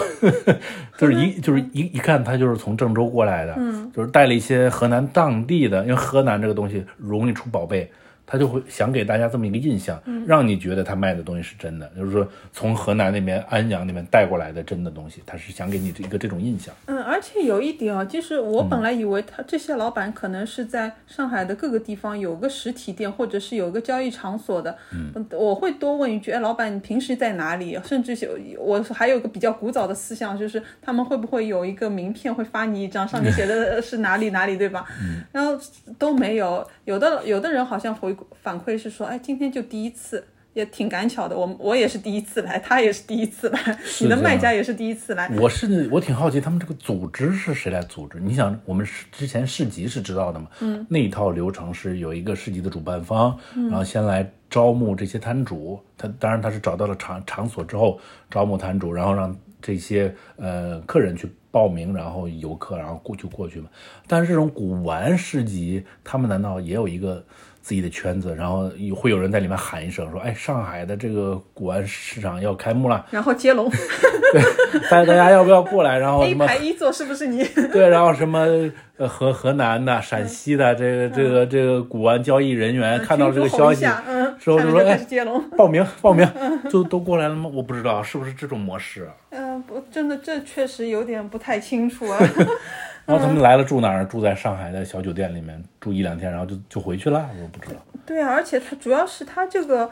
S2: *laughs* 就是一就是一一看他就是从郑州过来的，就是带了一些河南当地的，因为河南这个东西容易出宝贝。他就会想给大家这么一个印象，让你觉得他卖的东西是真的，就是说从河南那边安阳那边带过来的真的东西，他是想给你这一个这种印象。
S1: 嗯，而且有一点啊，就是我本来以为他这些老板可能是在上海的各个地方有个实体店，或者是有个交易场所的。嗯，我会多问一句，哎，老板，你平时在哪里？甚至有我还有个比较古早的思想，就是他们会不会有一个名片会发你一张，上面写的是哪里哪里，对吧？然后都没有，有的有的人好像回反馈是说，哎，今天就第一次。也挺赶巧的，我我也是第一次来，他也是第一次来，你的
S2: 这
S1: 卖
S2: 样嗯
S1: 家也是第一次来，
S2: 我甚至我挺好奇他们这个组织是谁来组织？你想，我们是之前市集是知道的嘛？嗯，那一套流程是有一个市集的主办方，然后先来招募这些摊主，他当然他是找到了场场所之后招募摊主，然后让这些呃客人去报名，然后游客然后过就过去嘛。但是这种古玩市集，他们难道也有一个？自己的圈子，然后有会有人在里面喊一声说：“哎，上海的这个古玩市场要开幕了， *laughs*
S1: 然后接龙。
S2: 大大家要不要过来？”然后
S1: A
S2: 哦什么
S1: 排一座是不是你？
S2: 对，然后什么呃河河南的、陕西的这个这个这个古玩交易人员 *laughs* 看到这个
S1: 嗯 *laughs* 群主吼
S2: 消
S1: 一
S2: 息，
S1: 下嗯，
S2: 之后
S1: 下
S2: 就
S1: 面
S2: 说
S1: 开
S2: 哎
S1: 始接
S2: *laughs*
S1: 龙。
S2: 报名报名， *laughs* 就都过来了吗？我不知道是不是这种模式啊。
S1: 嗯、不，真的这确实有点不太清楚啊。 *laughs*
S2: 然后他们来了住哪儿？住在上海的小酒店里面住一两天，然后就就回去了。我不知道。
S1: 对啊，而且它主要是它这个。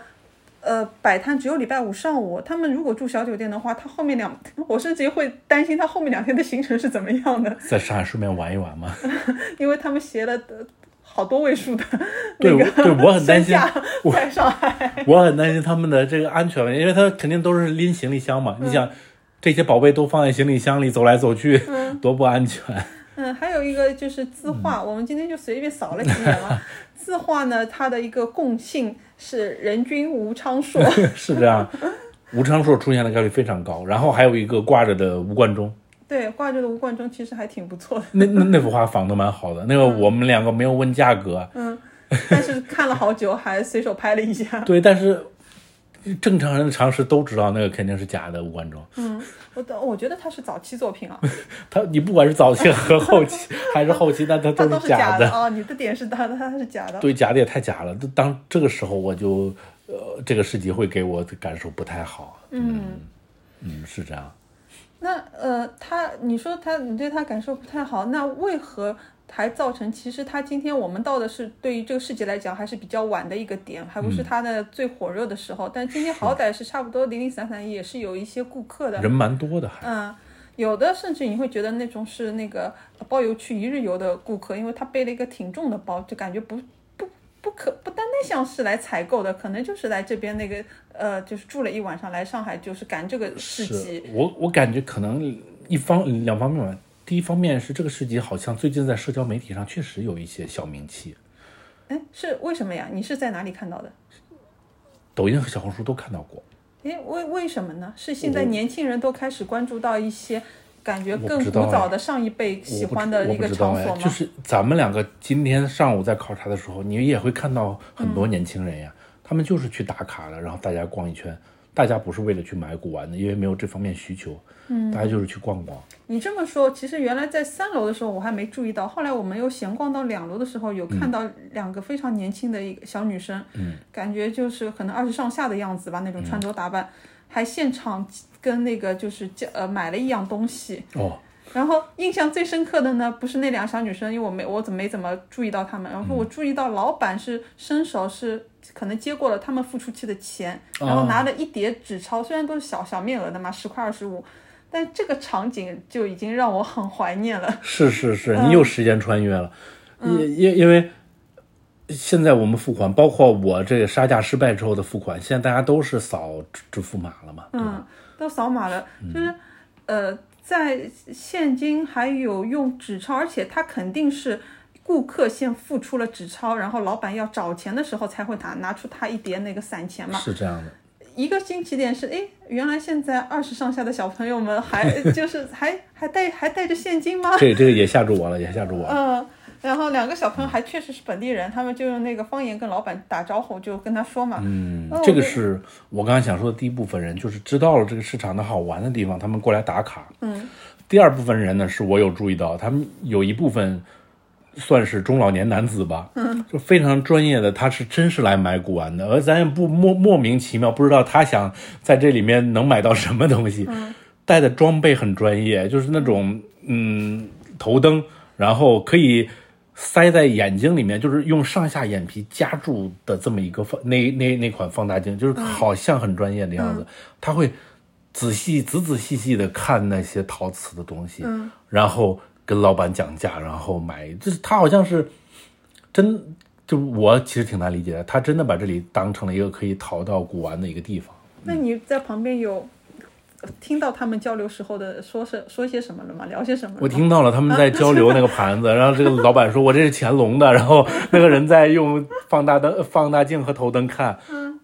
S1: 呃，摆摊只有礼拜五上午。他们如果住小酒店的话，他后面两， *laughs* 我甚至会担心他后面两天的行程是怎么样的， *laughs*
S2: 在上海顺便玩一玩嘛。
S1: 因为他们携了呃好多位数的
S2: 对对，我很担
S1: *laughs* 身
S2: 心，
S1: 价在上海。
S2: 我很担心他们的这个安全问题，因为他肯定都是拎行李箱嘛。你想，这些宝贝都放在行李箱里走来走去， *laughs* 多不安全。
S1: 嗯，还有一个就是字画，
S2: 嗯
S1: 我们今天就随便扫了几眼
S2: *laughs*
S1: 嘛。字画呢，它的一个共性是人均无昌硕。
S2: 是这样，吴昌硕出现的概率非常高。然后还有一个挂着的吴冠中，
S1: 对，挂着的吴冠中其实还挺不错的，嗯
S2: 那那那幅画仿的蛮好的。那个我们两个没有问价格，
S1: 但是看了好久，还随手拍了一下。
S2: 对，但是正常人的常识都知道那个肯定是假的，无冠装。
S1: 嗯，我我觉得它是早期作品啊，
S2: 他你不管是早期和后期还是后期，那它
S1: 它
S2: 都
S1: 都
S2: 是
S1: 是
S2: 假
S1: 假
S2: 的。
S1: 啊。你的点是它它是假的。
S2: 对，假的也太假了。当当这个时候，我就呃，这个市集会给我的感受不太好。嗯嗯，是这样。
S1: 那呃，他你说他你对他感受不太好，那为何还造成？其实他今天我们到的是对于这个世界来讲还是比较晚的一个点，还
S2: 嗯
S1: 不是他的最火热的时候。但今天好歹是差不多零零散散，也是有一些顾客的。
S2: 人蛮多的，还
S1: 嗯，有的甚至你会觉得那种是那个包邮区一日游的顾客，因为他背了一个挺重的包，就感觉不不不可不单单像是来采购的，可能就是来这边那个呃，就是住了一晚上来上海，就是赶这个市集。
S2: 是我我感觉可能一方两方面吧。第一方面是这个市集好像最近在社交媒体上确实有一些小名气，
S1: 哎，是为什么呀？你是在哪里看到的？
S2: 抖音和小红书都看到过。
S1: 哎，为为什么呢？是现在年轻人都开始关注到一些感觉
S2: 我不
S1: 更
S2: 知
S1: 古
S2: 道哎
S1: 早的上一辈喜
S2: 我不
S1: 欢
S2: 知
S1: 的
S2: 我
S1: 一
S2: 不
S1: 个
S2: 知道
S1: 场
S2: 哎
S1: 所吗？
S2: 就是咱们两个今天上午在考察的时候，你也会看到很
S1: 嗯
S2: 多年轻人呀，他们就是去打卡了，然后大家逛一圈，大家不是为了去买古玩的，因为没有这方面需求，嗯，大家就是去逛逛。
S1: 哦你这么说，其实原来在三楼的时候我还没注意到，后来我们又闲逛到两楼的时候，有看到两个非常年轻的一个小女生，嗯，感觉就是可能二十上下的样子吧，那种穿着打扮，还现场跟那个就是叫呃买了一样东西。
S2: 哦，
S1: 然后印象最深刻的呢，不是那两个小女生，因为我没我怎么没怎么注意到她们，然后我注意到老板是伸手是可能接过了他们付出去的钱，然后拿了一叠纸钞，虽然都是小小面额的嘛，十块二十五，但这个场景就已经让我很怀念了。 *laughs*
S2: 是是是，
S1: 嗯
S2: 你又时间穿越了，因因、因为现在我们付款，包括我这个杀价失败之后的付款，现在大家都是扫支支付码了嘛，对吧？
S1: 嗯，都扫码了，
S2: 嗯
S1: 就是，呃，在现金还有用纸钞，而且他肯定是顾客先付出了纸钞，然后老板要找钱的时候才会拿拿出他一叠那个散钱嘛。
S2: 是这样的。
S1: 一个新奇点是，哎，原来现在二十上下的小朋友们还 *laughs* 就是还还带还带着现金 *laughs* 吗？
S2: 这这个也吓住我了，也吓住我了。
S1: 嗯，然后两个小朋友还确实是本地人，他们就用那个方言跟老板打招呼，就跟他说嘛，嗯
S2: 嗯这个是我刚才想说的第一部分人，就是知道了这个市场的好玩的地方，他们过来打卡。嗯，第二部分人呢，是我有注意到，他们有一部分算是中老年男子吧，嗯，就非常专业的，他是真是来买古玩的，而咱也不莫莫名其妙，不知道他想在这里面能买到什么东西。带的装备很专业，就是那种嗯头灯，然后可以塞在眼睛里面，就是用上下眼皮夹住的这么一个放那那那款放大镜，就是好像很专业的样子。他会仔细仔仔细细的看那些陶瓷的东西，然后跟老板讲价，然后买，就是他好像是真。就我其实挺难理解的，他真的把这里当成了一个可以淘到古玩的一个地方。
S1: 那你在旁边有听到他们交流时候的说是说些什么了吗？聊些什么了吗？
S2: 我听到了他们在交流那个盘子，然后这个老板说：“我这是乾隆的。”然后那个人在用放大灯、放大镜和头灯看。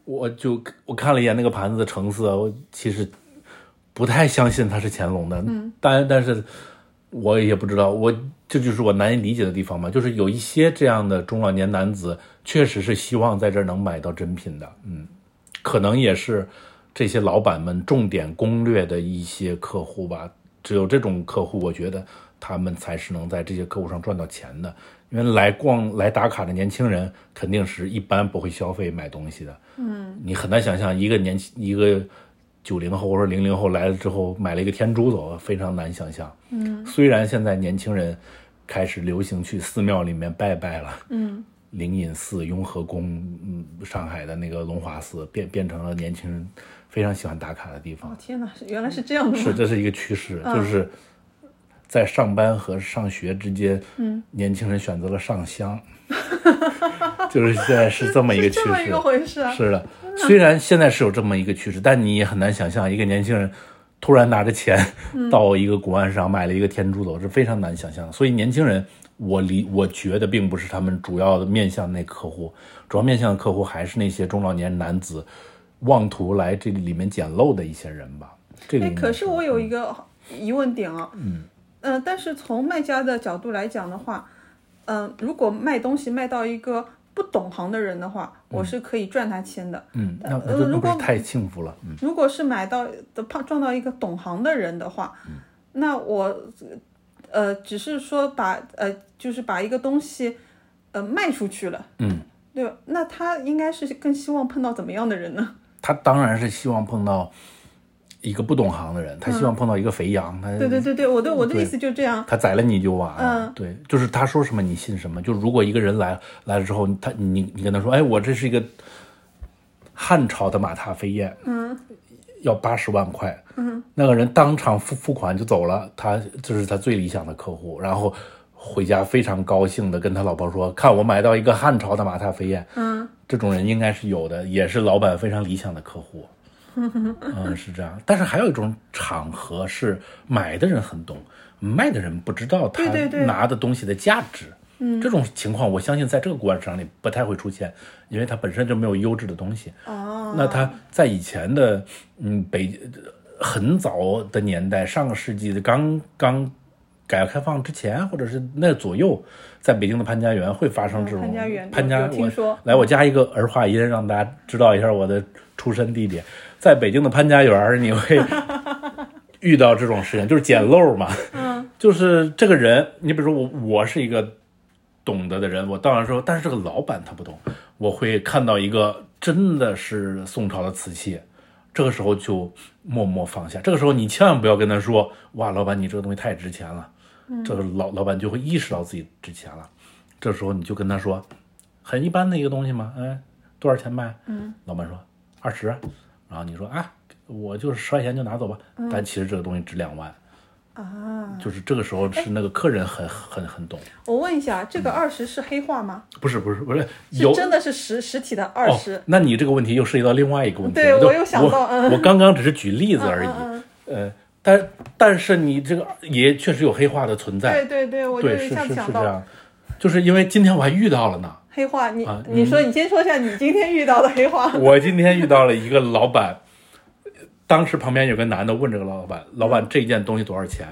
S2: 我就我看了一眼那个盘子的成色，我其实不太相信它是乾隆的。但但是我也不知道，我这就是我难以理解的地方嘛，就是有一些这样的中老年男子，确实是希望在这儿能买到真品的。嗯，可能也是这些老板们重点攻略的一些客户吧。只有这种客户，我觉得他们才是能在这些客户上赚到钱的。因为来逛、来打卡的年轻人，肯定是一般不会消费买东西的。嗯，你很难想象一个年轻一个九零后或者零零后来了之后买了一个天珠走，非常难想象。嗯，虽然现在年轻人开始流行去寺庙里面拜拜了，嗯，灵隐寺、雍和宫，嗯，上海的那个龙华寺变变成了年轻人非常喜欢打卡的地方
S1: 哦。天哪，是原来是这样的
S2: 是，
S1: 吗？
S2: 这是一个趋势，就是在上班和上学之间，嗯，年轻人选择了上香， *laughs* 就是现在是这么一个
S1: *laughs*
S2: 趋
S1: 这么一
S2: 势
S1: 个，回事啊！
S2: 是的。虽然现在是有这么一个趋势，但你也很难想象一个年轻人突然拿着钱
S1: 嗯
S2: 到一个古玩市场买了一个天珠走，是非常难想象的。所以年轻人，我理我觉得并不是他们主要的面向那客户，主要面向的客户还是那些中老年男子，妄图来这里面捡漏的一些人吧。这个
S1: 哎，
S2: 应该
S1: 可是我有一个疑问点啊，嗯，呃，但是从卖家的角度来讲的话，嗯、如果卖东西卖到一个不懂行的人的话，我是可以赚他钱的。
S2: 嗯，那
S1: 呃
S2: 那就
S1: 如
S2: 那不是
S1: 果
S2: 太幸福了，嗯
S1: 如果是买到的碰撞到一个懂行的人的话，那我呃只是说把呃就是把一个东西呃卖出去了，
S2: 嗯，
S1: 对吧？那他应该是更希望碰到怎么样的人呢？
S2: 他当然是希望碰到一个不懂行的人，他希望碰到一个肥羊，他
S1: 嗯对对对对，我的我的
S2: 对
S1: 意思就这样。
S2: 他宰了你就完了。对，就是他说什么你信什么。就如果一个人来来了之后，他你你跟他说，哎，我这是一个汉朝的马踏飞燕，嗯，要八十万块，嗯，那个人当场付付款就走了，他这是他最理想的客户，然后。回家非常高兴的跟他老婆说：“看，我买到一个汉朝的马踏飞燕。”嗯，这种人应该是有的，也是老板非常理想的客
S1: *laughs*
S2: 户。嗯，是这样。但是还有一种场合是买的人很懂，卖的人不知道他
S1: 对对对
S2: 拿的东西的价值。嗯，这种情况我相信在这个过程里不太会出现，因为它本身就没有优质的东西。
S1: 哦，
S2: 那他在以前的嗯北很早的年代，上个世纪的刚刚改革开放之前，或者是那左右，在北京的潘家园会发生这种
S1: 嗯潘家园
S2: 潘家
S1: 有有听说
S2: 我来我加一个儿化音，让大家知道一下我的出身地点。在北京的潘家园，你
S1: *laughs*
S2: 会遇到这种事情，就是捡漏嘛。嗯，就是这个人，你比如说我，我是一个懂得的人，我当然说，但是这个老板他不懂，我会看到一个真的是宋朝的瓷器，这个时候就默默放下。这个时候你千万不要跟他说，哇，老板你这个东西太值钱了，
S1: 嗯
S2: 这个老老板就会意识到自己值钱了。这时候你就跟他说，很一般的一个东西嘛，哎，多少钱卖？嗯，老板说二十，然后你说啊，我就是十块钱就拿走吧，
S1: 嗯
S2: 但其实这个东西值两万。
S1: 啊，
S2: 就是这个时候是那个客人很很很懂，
S1: 我问一下，这个二十是黑话吗？
S2: 不是不是不是有
S1: 是真的是实实体的二
S2: 哦
S1: 十？，
S2: 那你这个问题又涉及到另外一个问题了，
S1: 对
S2: 就
S1: 我又想到嗯
S2: 我我刚刚只是举例子而已，
S1: 嗯
S2: 呃，但但是你这个也确实有黑化的存在，
S1: 对对对，我就
S2: 对，
S1: 一
S2: 是
S1: 下
S2: 是
S1: 子
S2: 是
S1: 想
S2: 这
S1: 到
S2: 样，就是因为今天我还遇到了
S1: *laughs*
S2: 呢，
S1: 黑话，你
S2: 啊
S1: 你说你先说一下你今天遇到的黑话。
S2: 我今天遇到了一个老板，当时旁边有个男的问这个老板：“老
S1: 嗯
S2: 板，这件东西多少钱？”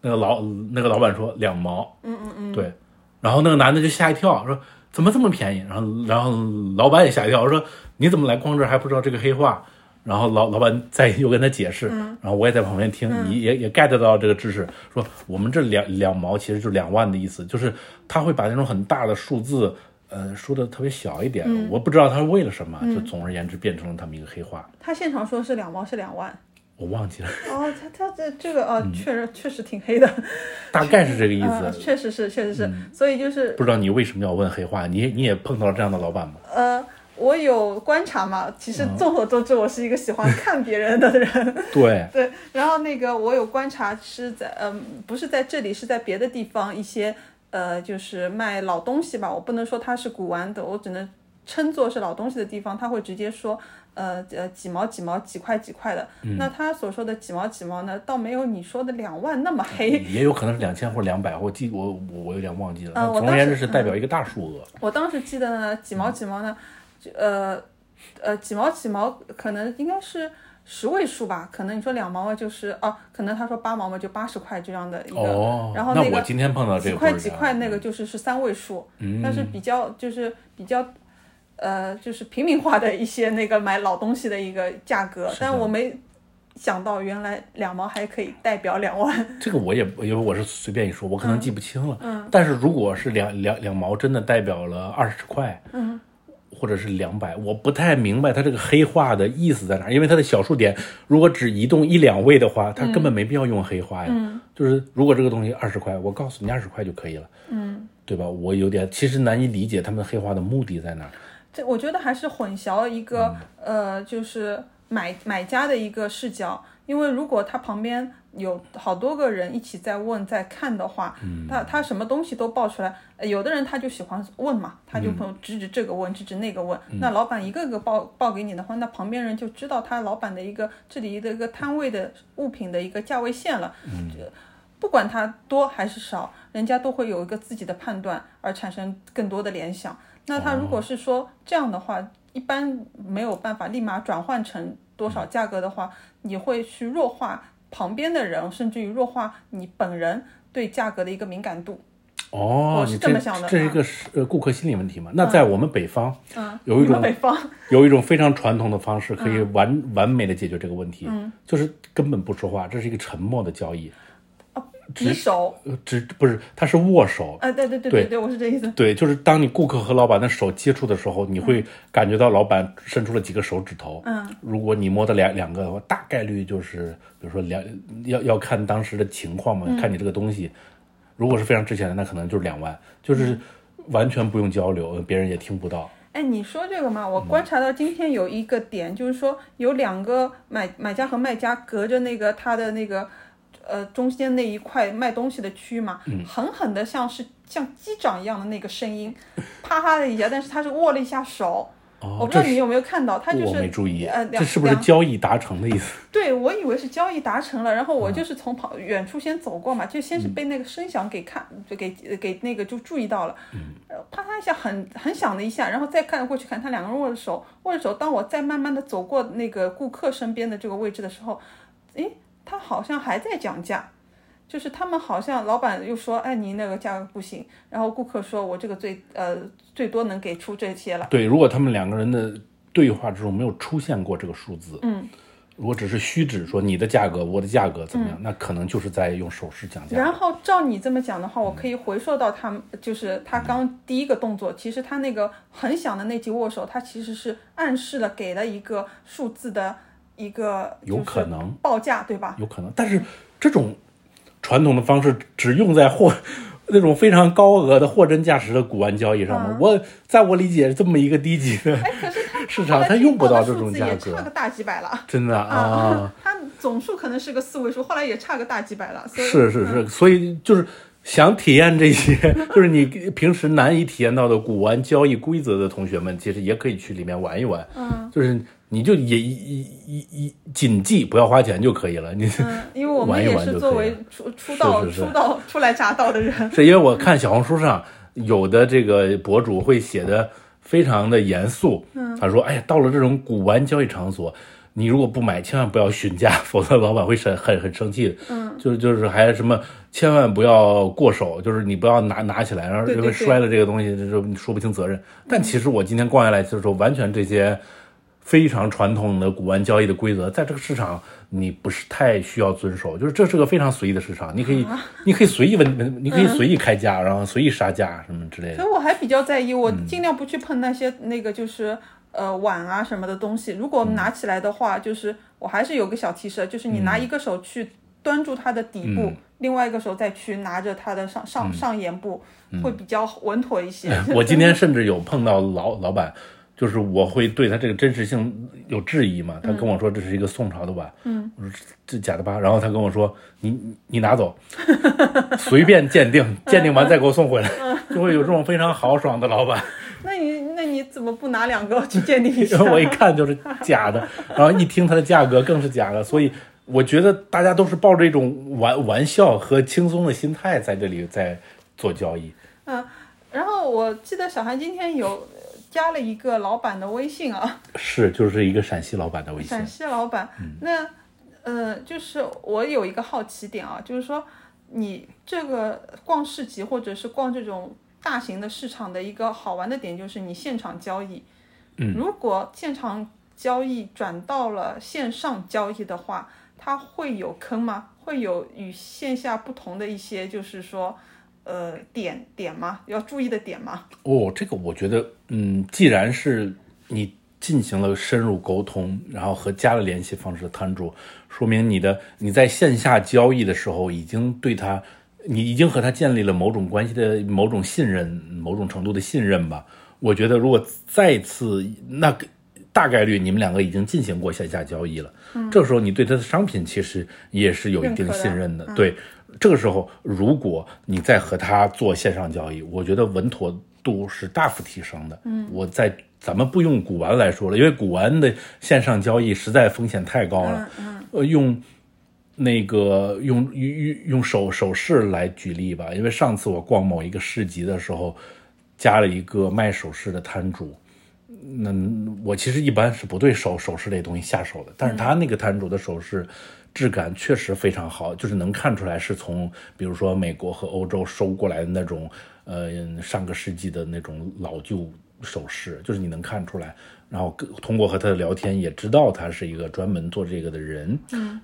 S2: 那个老那个老板说两毛。嗯嗯嗯，对。然后那个男的就吓一跳，说：“怎么这么便宜？”然后然后老板也吓一跳，说：“你怎么来光这儿还不知道这个黑话？”然后老老板再又跟他解释，然后我也在旁边听，你也也 get 到这个知识，说我们这两两毛其实就两万的意思，就是他会把那种很大的数字，呃，说的特别小一点，我不知道他是为了什么，就总而言之变成了他们一个黑话，
S1: 他现场说是两毛是两万。
S2: 我忘记了，
S1: 哦，他他这这个哦，确实确实挺黑的，
S2: 大概是这个意
S1: 嗯，
S2: 思。
S1: 确实是确实是，所以就是
S2: 不知道你为什么要问黑话，你你也碰到了这样的老板吗？
S1: 呃，我有观察嘛，其实综合多知，我是一个喜欢看别人的人，
S2: 对，
S1: 对，然后那个我有观察是在嗯、不是在这里，是在别的地方一些呃，就是卖老东西吧，我不能说它是古玩的，我只能称作是老东西的地方，他会直接说呃呃几毛几毛几块几块的，那他所说的几毛几毛呢，倒没有你说的两万那么黑。
S2: 也有可能是两千或者两百，我记我我我有点忘记了。
S1: 嗯我
S2: 总而言之
S1: 当时
S2: 是代表一个大数额。
S1: 我当时记得呢，几
S2: 嗯
S1: 毛几毛呢，就呃呃几毛几毛，可能应该是十位数吧，可能你说两毛嘛就是哦、可能他说八毛嘛就八十块这样的一个，
S2: 哦，
S1: 然后
S2: 那
S1: 那
S2: 我
S1: 个
S2: 今天碰到这
S1: 几
S2: 个
S1: 块
S2: 不是嗯
S1: 几
S2: 这样
S1: 块那个就是是三位数，
S2: 嗯
S1: 但是比较就是比较。呃，就是平民化的一些那个买老东西的一个价格，
S2: 是
S1: 但
S2: 的
S1: 我没想到原来两毛还可以代表两万。
S2: 这个我也因为我是随便一说，我可能记不清了。嗯，但是如果是两两两毛，真的代表了二十块，嗯，或者是两百，我不太明白它这个黑化的意思在哪儿，因为它的小数点如果只移动一两位的话，
S1: 嗯
S2: 它根本没必要用黑化呀。嗯，就是如果这个东西二十块，我告诉你二十块就可以了。嗯，对吧？我有点其实难以理解他们黑化的目的在哪儿。
S1: 这我觉得还是混淆一个、呃，就是买买家的一个视角，因为如果他旁边有好多个人一起在问在看的话，他他什么东西都爆出来，呃有的人他就喜欢问嘛，他就朋友指指这个问，指指那个问，那老板一个个报报给你的话，那旁边人就知道他老板的一个这里的一个摊位的物品的一个价位线了，这不管它多还是少，人家都会有一个自己的判断，而产生更多的联想。那他如果是说这样的话，一般没有办法立马转换成多少价格的话，你会去弱化旁边的人，甚至于弱化你本人对价格的一个敏感度。
S2: 哦
S1: 我，是
S2: 你
S1: 这么想的
S2: 这是一
S1: 啊
S2: 个是呃顾客心理问题嘛？那在我们北方，
S1: 嗯，
S2: 有一
S1: 你们
S2: 种
S1: 北方，
S2: 有一种非常传统的方式可
S1: 嗯
S2: 以完、完美的解决这个问题，就是根本不说话，这是一个沉默的交易，
S1: 比手，
S2: 呃，只不是它是握手，
S1: 啊，对对对对，我是这意思。
S2: 对，就是当你顾客和老板的手接触的时候，你会感觉到老板伸出了几个手指头。
S1: 嗯，
S2: 如果你摸到两两个的话，大概率就是，比如说两要要看当时的情况
S1: 嗯
S2: 嘛，看你这个东西，如果是非常值钱的，那可能就是两万，
S1: 嗯
S2: 就是完全不用交流，呃别人也听不到。
S1: 哎，你说这个嘛，
S2: 嗯
S1: 我观察到今天有一个点，就是说有两个买买家和卖家隔着那个他的那个呃中间那一块卖东西的区嘛，
S2: 嗯
S1: 狠狠的像是像击掌一样的那个声音，啪啪的一下，但是他是握了一下手，我
S2: 哦
S1: 不，知
S2: 这
S1: 道你
S2: 是
S1: 有没有看到，他就
S2: 我
S1: 是
S2: 没注意，
S1: 呃两
S2: 这是不是
S1: 两
S2: 交易达成的意思？
S1: 对，我以为是交易达成了，然后我就是从旁远处先走过嘛，就先是被那个声响给看，就给给那个就注意到了，呃啪嗒一下很很响的一下，然后再看过去看他两个人握着手，握着手，当我再慢慢的走过那个顾客身边的这个位置的时候，诶，他好像还在讲价。就是他们好像老板又说，哎，您那个价格不行，然后顾客说我这个最呃最多能给出这些了，
S2: 对，如果他们两个人的对话之中没有出现过这个数字，嗯，如果只是虚指说你的价格，我的价格怎么样，那可能就是在用手势讲价。
S1: 嗯然后照你这么讲的话，
S2: 嗯
S1: 我可以回溯到他们，就是他刚第一个动作，其实他那个很响的那记握手，他其实是暗示了给了一个数字的一个
S2: 有
S1: 就是
S2: 可能
S1: 报价，对吧？
S2: 有可能，但是这种传统的方式只用在货那种非常高额的货真价实的古玩交易上面。我在我理解，这么一个低级的
S1: 嗯哎，可是他
S2: 市
S1: 后
S2: 场，
S1: 来
S2: 它
S1: 最
S2: 啊用不
S1: 后的
S2: 到这
S1: 数
S2: 种
S1: 字
S2: 价
S1: 也差
S2: 格
S1: 个，大几百了。
S2: 真的啊，
S1: 他总数可能是个四位数，后来也差个大几百了，所以
S2: 是是是，所以就是。想体验这些， *laughs* 就是你平时难以体验到的古玩交易规则的同学们，其实也可以去里面玩一玩。嗯，就是你就也一一一一谨记，不要花钱就可以了。你、
S1: 嗯，因为我们
S2: *laughs* 玩一
S1: 也
S2: 玩
S1: 是
S2: 就
S1: 作
S2: 可以
S1: 为
S2: 了
S1: 出出道
S2: 是是
S1: 出道初来乍到的 *laughs* 人，
S2: 是因为我看小红书上有的这个博主会写的非常的严肃，
S1: 嗯
S2: 他说：“哎呀，到了这种古玩交易场所，你如果不买，千万不要询价，否则老板会很很很生气的。”嗯，就是就是还什么，千万不要过手，就是你不要拿拿起来，然后
S1: 对对
S2: 因
S1: 对
S2: 为摔了这个东西，这就说不清责任。但其实我今天逛下来，就是说完全这些。非常传统的古玩交易的规则，在这个市场你不是太需要遵守，就是这是个非常随意的市场，你可以 *laughs* 你可以随意问，你可以随意开价，然后随意杀价什么之类
S1: 所
S2: 的。 *laughs*
S1: 以我还比较在意，我尽量不去碰那些那个就是呃碗啊什么的东西。如果拿起来的话，就是我还是有个小提示，就是你拿一个手去端住它的底部，另外一个手再去拿着它的上上、上沿部，会比较稳妥一些。
S2: 我今天甚至有碰到老老板，就是我会对他这个真实性有质疑嘛，他跟我说这是一个宋朝的碗，嗯，我说这假的吧，然后他跟我说你你你拿走，随便鉴定，鉴定完再给我送回来， *laughs* 就会有这种非常豪爽的老板。
S1: *laughs* 那你那你怎么不拿两个去鉴定一下
S2: 因？为 *laughs* 我一看就是假的，然后一听它的价格更是假的，所以我觉得大家都是抱着一种玩玩笑和轻松的心态在这里在做交易。
S1: 然后我记得小韩今天有呃加了一个老板的微信啊，
S2: 是，就是一个陕西老板的微信
S1: 陕，西老板，那呃，就是我有一个好奇点啊，就是说你这个逛市集或者是逛这种大型的市场的一个好玩的点，就是你现场交易。嗯，如果现场交易转到了线上交易的话，它会有坑吗？会有与线下不同的一些，就是说。呃，点点吗？要注意的点吗？
S2: 哦，这个我觉得，嗯，既然是你进行了深入沟通，然后和加了联系方式的摊主，说明你的你在线下交易的时候已经对他，你已经和他建立了某种关系的某种信任，某种程度的信任吧。我觉得如果再次那个大概率你们两个已经进行过线下交易了，这个时候你对他的商品其实也是有一
S1: 认
S2: 定
S1: 可的
S2: 信任的，对。这个时候，如果你再和他做线上交易，我觉得稳妥度是大幅提升的。嗯，我在咱们不用古玩来说了，因为古玩的线上交易实在风险太高了。嗯，呃，用那个用用用手手势来举例吧，因为上次我逛某一个市集的时候，加了一个卖首饰的摊主，那我其实一般是不对首首饰类东西下手的，但是他那个摊主的首饰质感确实非常好，就是能看出来是从比如说美国和欧洲收过来的那种呃上个世纪的那种老旧首饰，就是你能看出来。然后跟通过和他的聊天也知道他是一个专门做这个的人。
S1: 嗯，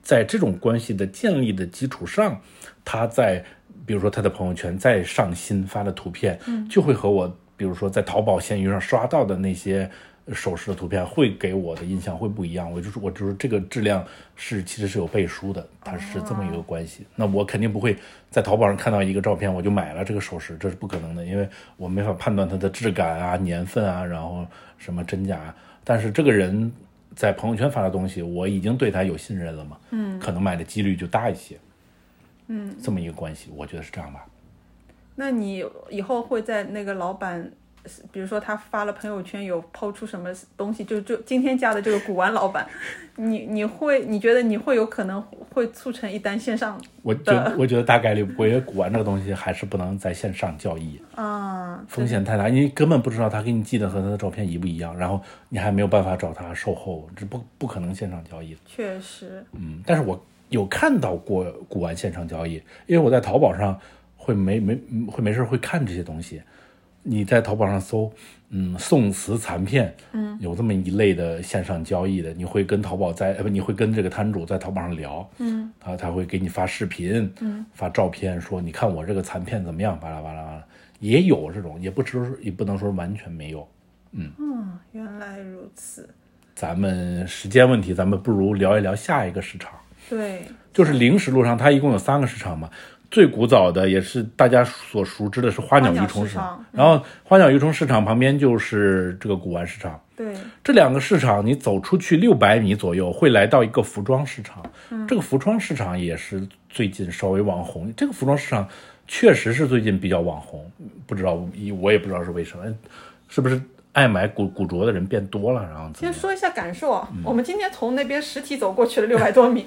S2: 在这种关系的建立的基础上，他在比如说他的朋友圈再上新发的图片，就会和我比如说在淘宝、闲鱼上刷到的那些首饰的图片，会给我的印象会不一样。我就是我就是这个质量是其实是有背书的，它是这么一个关系。那我肯定不会在淘宝上看到一个照片我就买了这个首饰，这是不可能的，因为我没法判断它的质感啊、年份啊，然后什么真假。啊但是这个人在朋友圈发的东西，我已经对他有信任了嘛，嗯，可能买的几率就大一些。嗯，这么一个关系，我觉得是这样吧。
S1: 那你以后会在那个老板，比如说他发了朋友圈有抛出什么东西，就就今天加的这个古玩老板，你你会你觉得你会有可能会促成一单线上
S2: 我觉得我觉得大概率不会，因为古玩这个东西还是不能在线上交易，
S1: 啊？
S2: 风险太大，因为根本不知道他给你寄的和他的照片一不一样，然后你还没有办法找他售后，这不不可能线上交易的。
S1: 确实，
S2: 嗯，但是我有看到过古玩线上交易，因为我在淘宝上会没没嗯会没事会看这些东西。你在淘宝上搜，嗯，宋瓷残片，嗯，有这么一类的线上交易的，你会跟淘宝在，呃，不，你会跟这个摊主在淘宝上聊，嗯，他他会给你发视频，嗯，发照片，说你看我这个残片怎么样，巴拉巴拉巴拉，也有这种，也不只是也不能说完全没有，
S1: 嗯，原来如此，
S2: 咱们时间问题，咱们不如聊一聊下一个市场。
S1: 对，
S2: 就是零食路上，它一共有三个市场嘛。最古早的也是大家所熟知的是花鸟鱼虫
S1: 花鸟
S2: 市
S1: 市
S2: 场
S1: 场，
S2: 然后花鸟鱼虫市场旁边就是这个古玩市场。
S1: 对，
S2: 这两个市场，你走出去六百米左右，会来到一个服装市场。这个服装市场也是最近稍微网红。这个服装市场确实是最近比较网红，不知道我也不知道是为什么，是不是爱买古古着的人变多了？然后怎么
S1: 先
S2: 样
S1: 说一下感受啊，
S2: 嗯
S1: 我们今天从那边实体走过去了六百多米，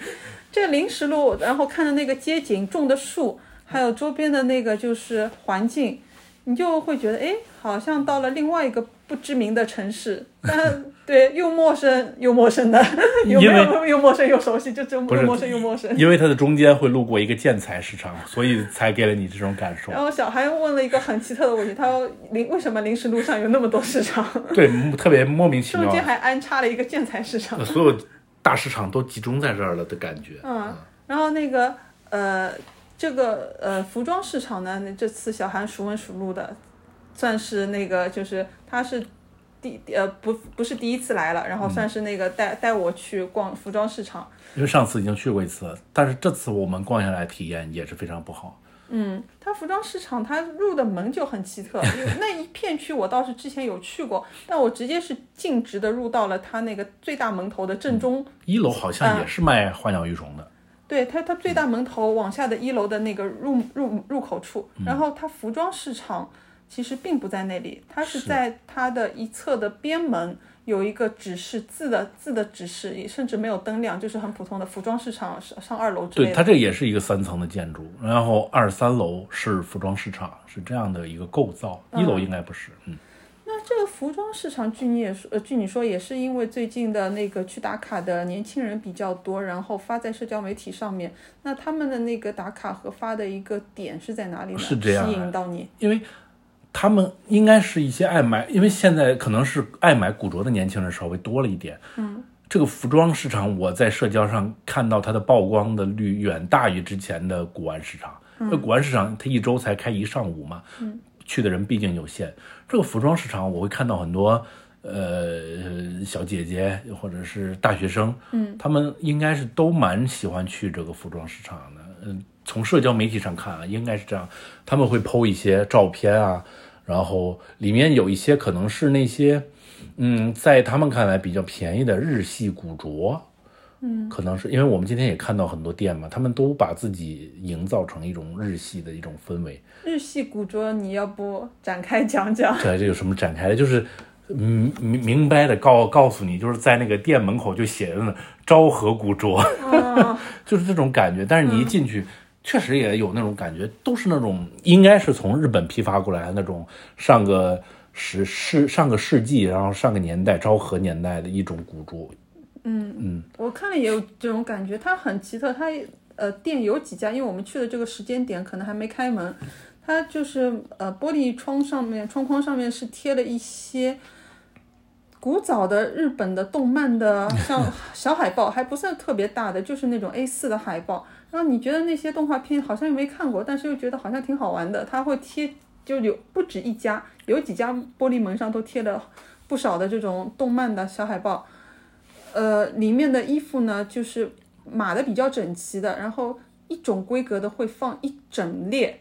S1: 这临时路，然后看着那个街景、种的树，还有周边的那个就是环境，你就会觉得，哎，好像到了另外一个不知名的城市，
S2: *laughs*
S1: 但对，又陌生又陌生的，有没
S2: 因
S1: 有又陌生又熟悉，就这么
S2: 不是
S1: 又陌生又陌生。
S2: 因为它的中间会路过一个建材市场，所以才给了你这种感受。
S1: 然后小孩问了一个很奇特的问题，他说临为什么临时路上有那么多市场，
S2: *laughs* 对，嗯特别莫名其
S1: 中
S2: 妙，
S1: 间还安插了一个建材市场
S2: 呃？所有大市场都集中在这儿了的感觉。
S1: 嗯，然后那个呃，这个呃服装市场呢，那这次小韩熟门熟路的，算是那个就是他是第呃不不是第一次来了，然后算是那个带、带我去逛服装市场，
S2: 因为上次已经去过一次了，但是这次我们逛下来体验也是非常不好。
S1: 嗯，它服装市场它入的门就很奇特，因为那一片区我倒是之前有去过，但我直接是径直的入到了它那个最大门头的正中
S2: 一楼好像
S1: 嗯
S2: 也是卖花鸟鱼虫的，
S1: 对它，它
S2: 嗯
S1: 最大门头往下的一楼的那个入入入口处，
S2: 嗯
S1: 然后它服装市场其实并不在那里，它是在它的一侧的边门有一个指示字的字的指示，也甚至没有灯亮，就是很普通的服装市场上上二楼之
S2: 对，
S1: 类的。
S2: 它这也是一个三层的建筑，然后二三楼是服装市场，是这样的一个构造。一楼应该不是，嗯，
S1: 那这个服装市场，据你也说，呃，据你说也是因为最近的那个去打卡的年轻人比较多，然后发在社交媒体上面，那他们的那个打卡和发的一个点是在哪里呢？
S2: 是这样
S1: 吸
S2: 啊
S1: 引到你。
S2: 因为他们应该是一些爱买，因为现在可能是爱买古着的年轻人稍微多了一点。嗯，这个服装市场，我在社交上看到它的曝光的率远大于之前的古玩市场。那、古玩市场它一周才开一上午嘛，嗯，去的人毕竟有限。这个服装市场，我会看到很多。呃，小姐姐或者是大学生，嗯，他们应该是都蛮喜欢去这个服装市场的。嗯，从社交媒体上看啊，应该是这样，他们会 PO 一些照片啊，然后里面有一些可能是那些，嗯，在他们看来比较便宜的日系古着，嗯，可能是因为我们今天也看到很多店嘛，他们都把自己营造成一种日系的一种氛围，
S1: 日系古着，你要不展开讲讲？
S2: 对，这有什么展开的？就是明明明白的告告诉你，就是在那个店门口就写着呢“昭和古着”， *laughs* 就是这种感觉。但是你一进去，确实也有那种感觉，都是那种应该是从日本批发过来的那种上个十世上个世纪，然后上个年代昭和年代的一种古着。
S1: 嗯嗯，我看了也有这种感觉，它很奇特，它呃店有几家，因为我们去的这个时间点可能还没开门，它就是呃玻璃窗上面窗框上面是贴了一些。古早的日本的动漫的像小海报，还不算特别大的，就是那种 A 4的海报。然后你觉得那些动画片好像也没看过，但是又觉得好像挺好玩的。它会贴，就有不止一家，有几家玻璃门上都贴了不少的这种动漫的小海报。呃，里面的衣服呢，就是码的比较整齐的，然后一种规格的会放一整列。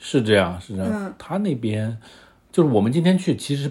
S2: 是这样，是这样。他那边就是我们今天去，其实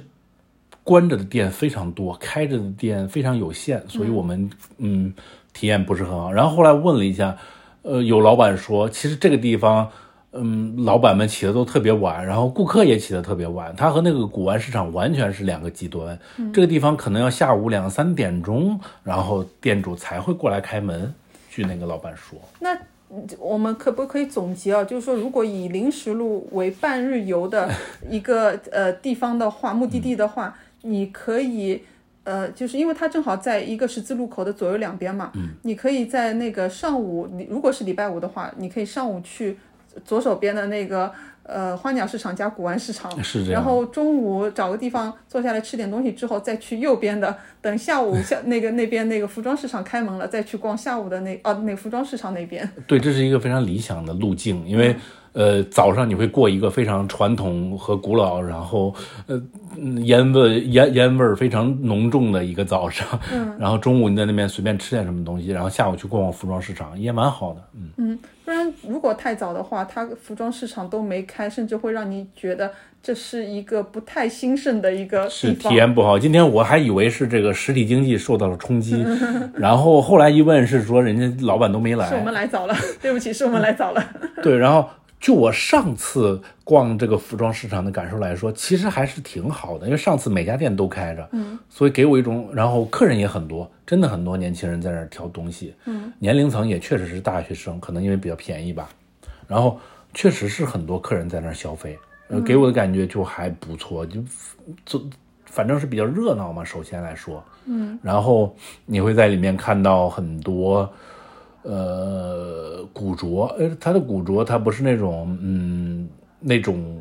S2: 关着的店非常多，开着的店非常有限，所以我们嗯体验不是很好。然后后来问了一下，呃，有老板说，其实这个地方。嗯，老板们起的都特别晚，然后顾客也起的特别晚。它和那个古玩市场完全是两个极端。这个地方可能要下午两三点钟，然后店主才会过来开门。据那个老板说，
S1: 那嗯我们可不可以总结啊？就是说，如果以临时路为半日游的一个呃地方的话，目的地的话，你可以呃，就是因为它正好在一个十字路口的左右两边嘛，
S2: 嗯
S1: 你可以在那个上午，你如果是礼拜五的话，你可以上午去左手边的那个呃花鸟市场加古玩市场，
S2: 是这样
S1: 然后中午找个地方坐下来吃点东西之后，再去右边的，等下午下那个那边那个服装市场开门了，再去逛下午的那啊那个服装市场那边。
S2: 对，这是一个非常理想的路径，
S1: 嗯
S2: 因为呃，早上你会过一个非常传统和古老，然后呃嗯烟味烟烟味儿非常浓重的一个早上，
S1: 嗯
S2: *laughs* 然后中午你在那边随便吃点什么东西，然后下午去逛逛服装市场也蛮好的，嗯，
S1: 不然如果太早的话，它服装市场都没开，甚至会让你觉得这是一个不太兴盛的一个
S2: 是
S1: 地
S2: 体
S1: 方。
S2: 验不好。今天我还以为是这个实体经济受到了
S1: *laughs*
S2: 冲击，然后后来一问是说人家老板都没来，
S1: 是我们来早了， *laughs* 对不起，是我们来早了。
S2: *laughs* 对，然后就我上次逛这个服装市场的感受来说，其实还是挺好的，因为上次每家店都开着，嗯，所以给我一种，然后客人也很多，真的很多年轻人在那儿挑东西，嗯，年龄层也确实是大学生，可能因为比较便宜吧，然后确实是很多客人在那儿消费，呃，给我的感觉就还不错，就就反正是比较热闹嘛，首先来说，嗯，然后你会在里面看到很多。呃古着，呃，它的古着它不是那种嗯那种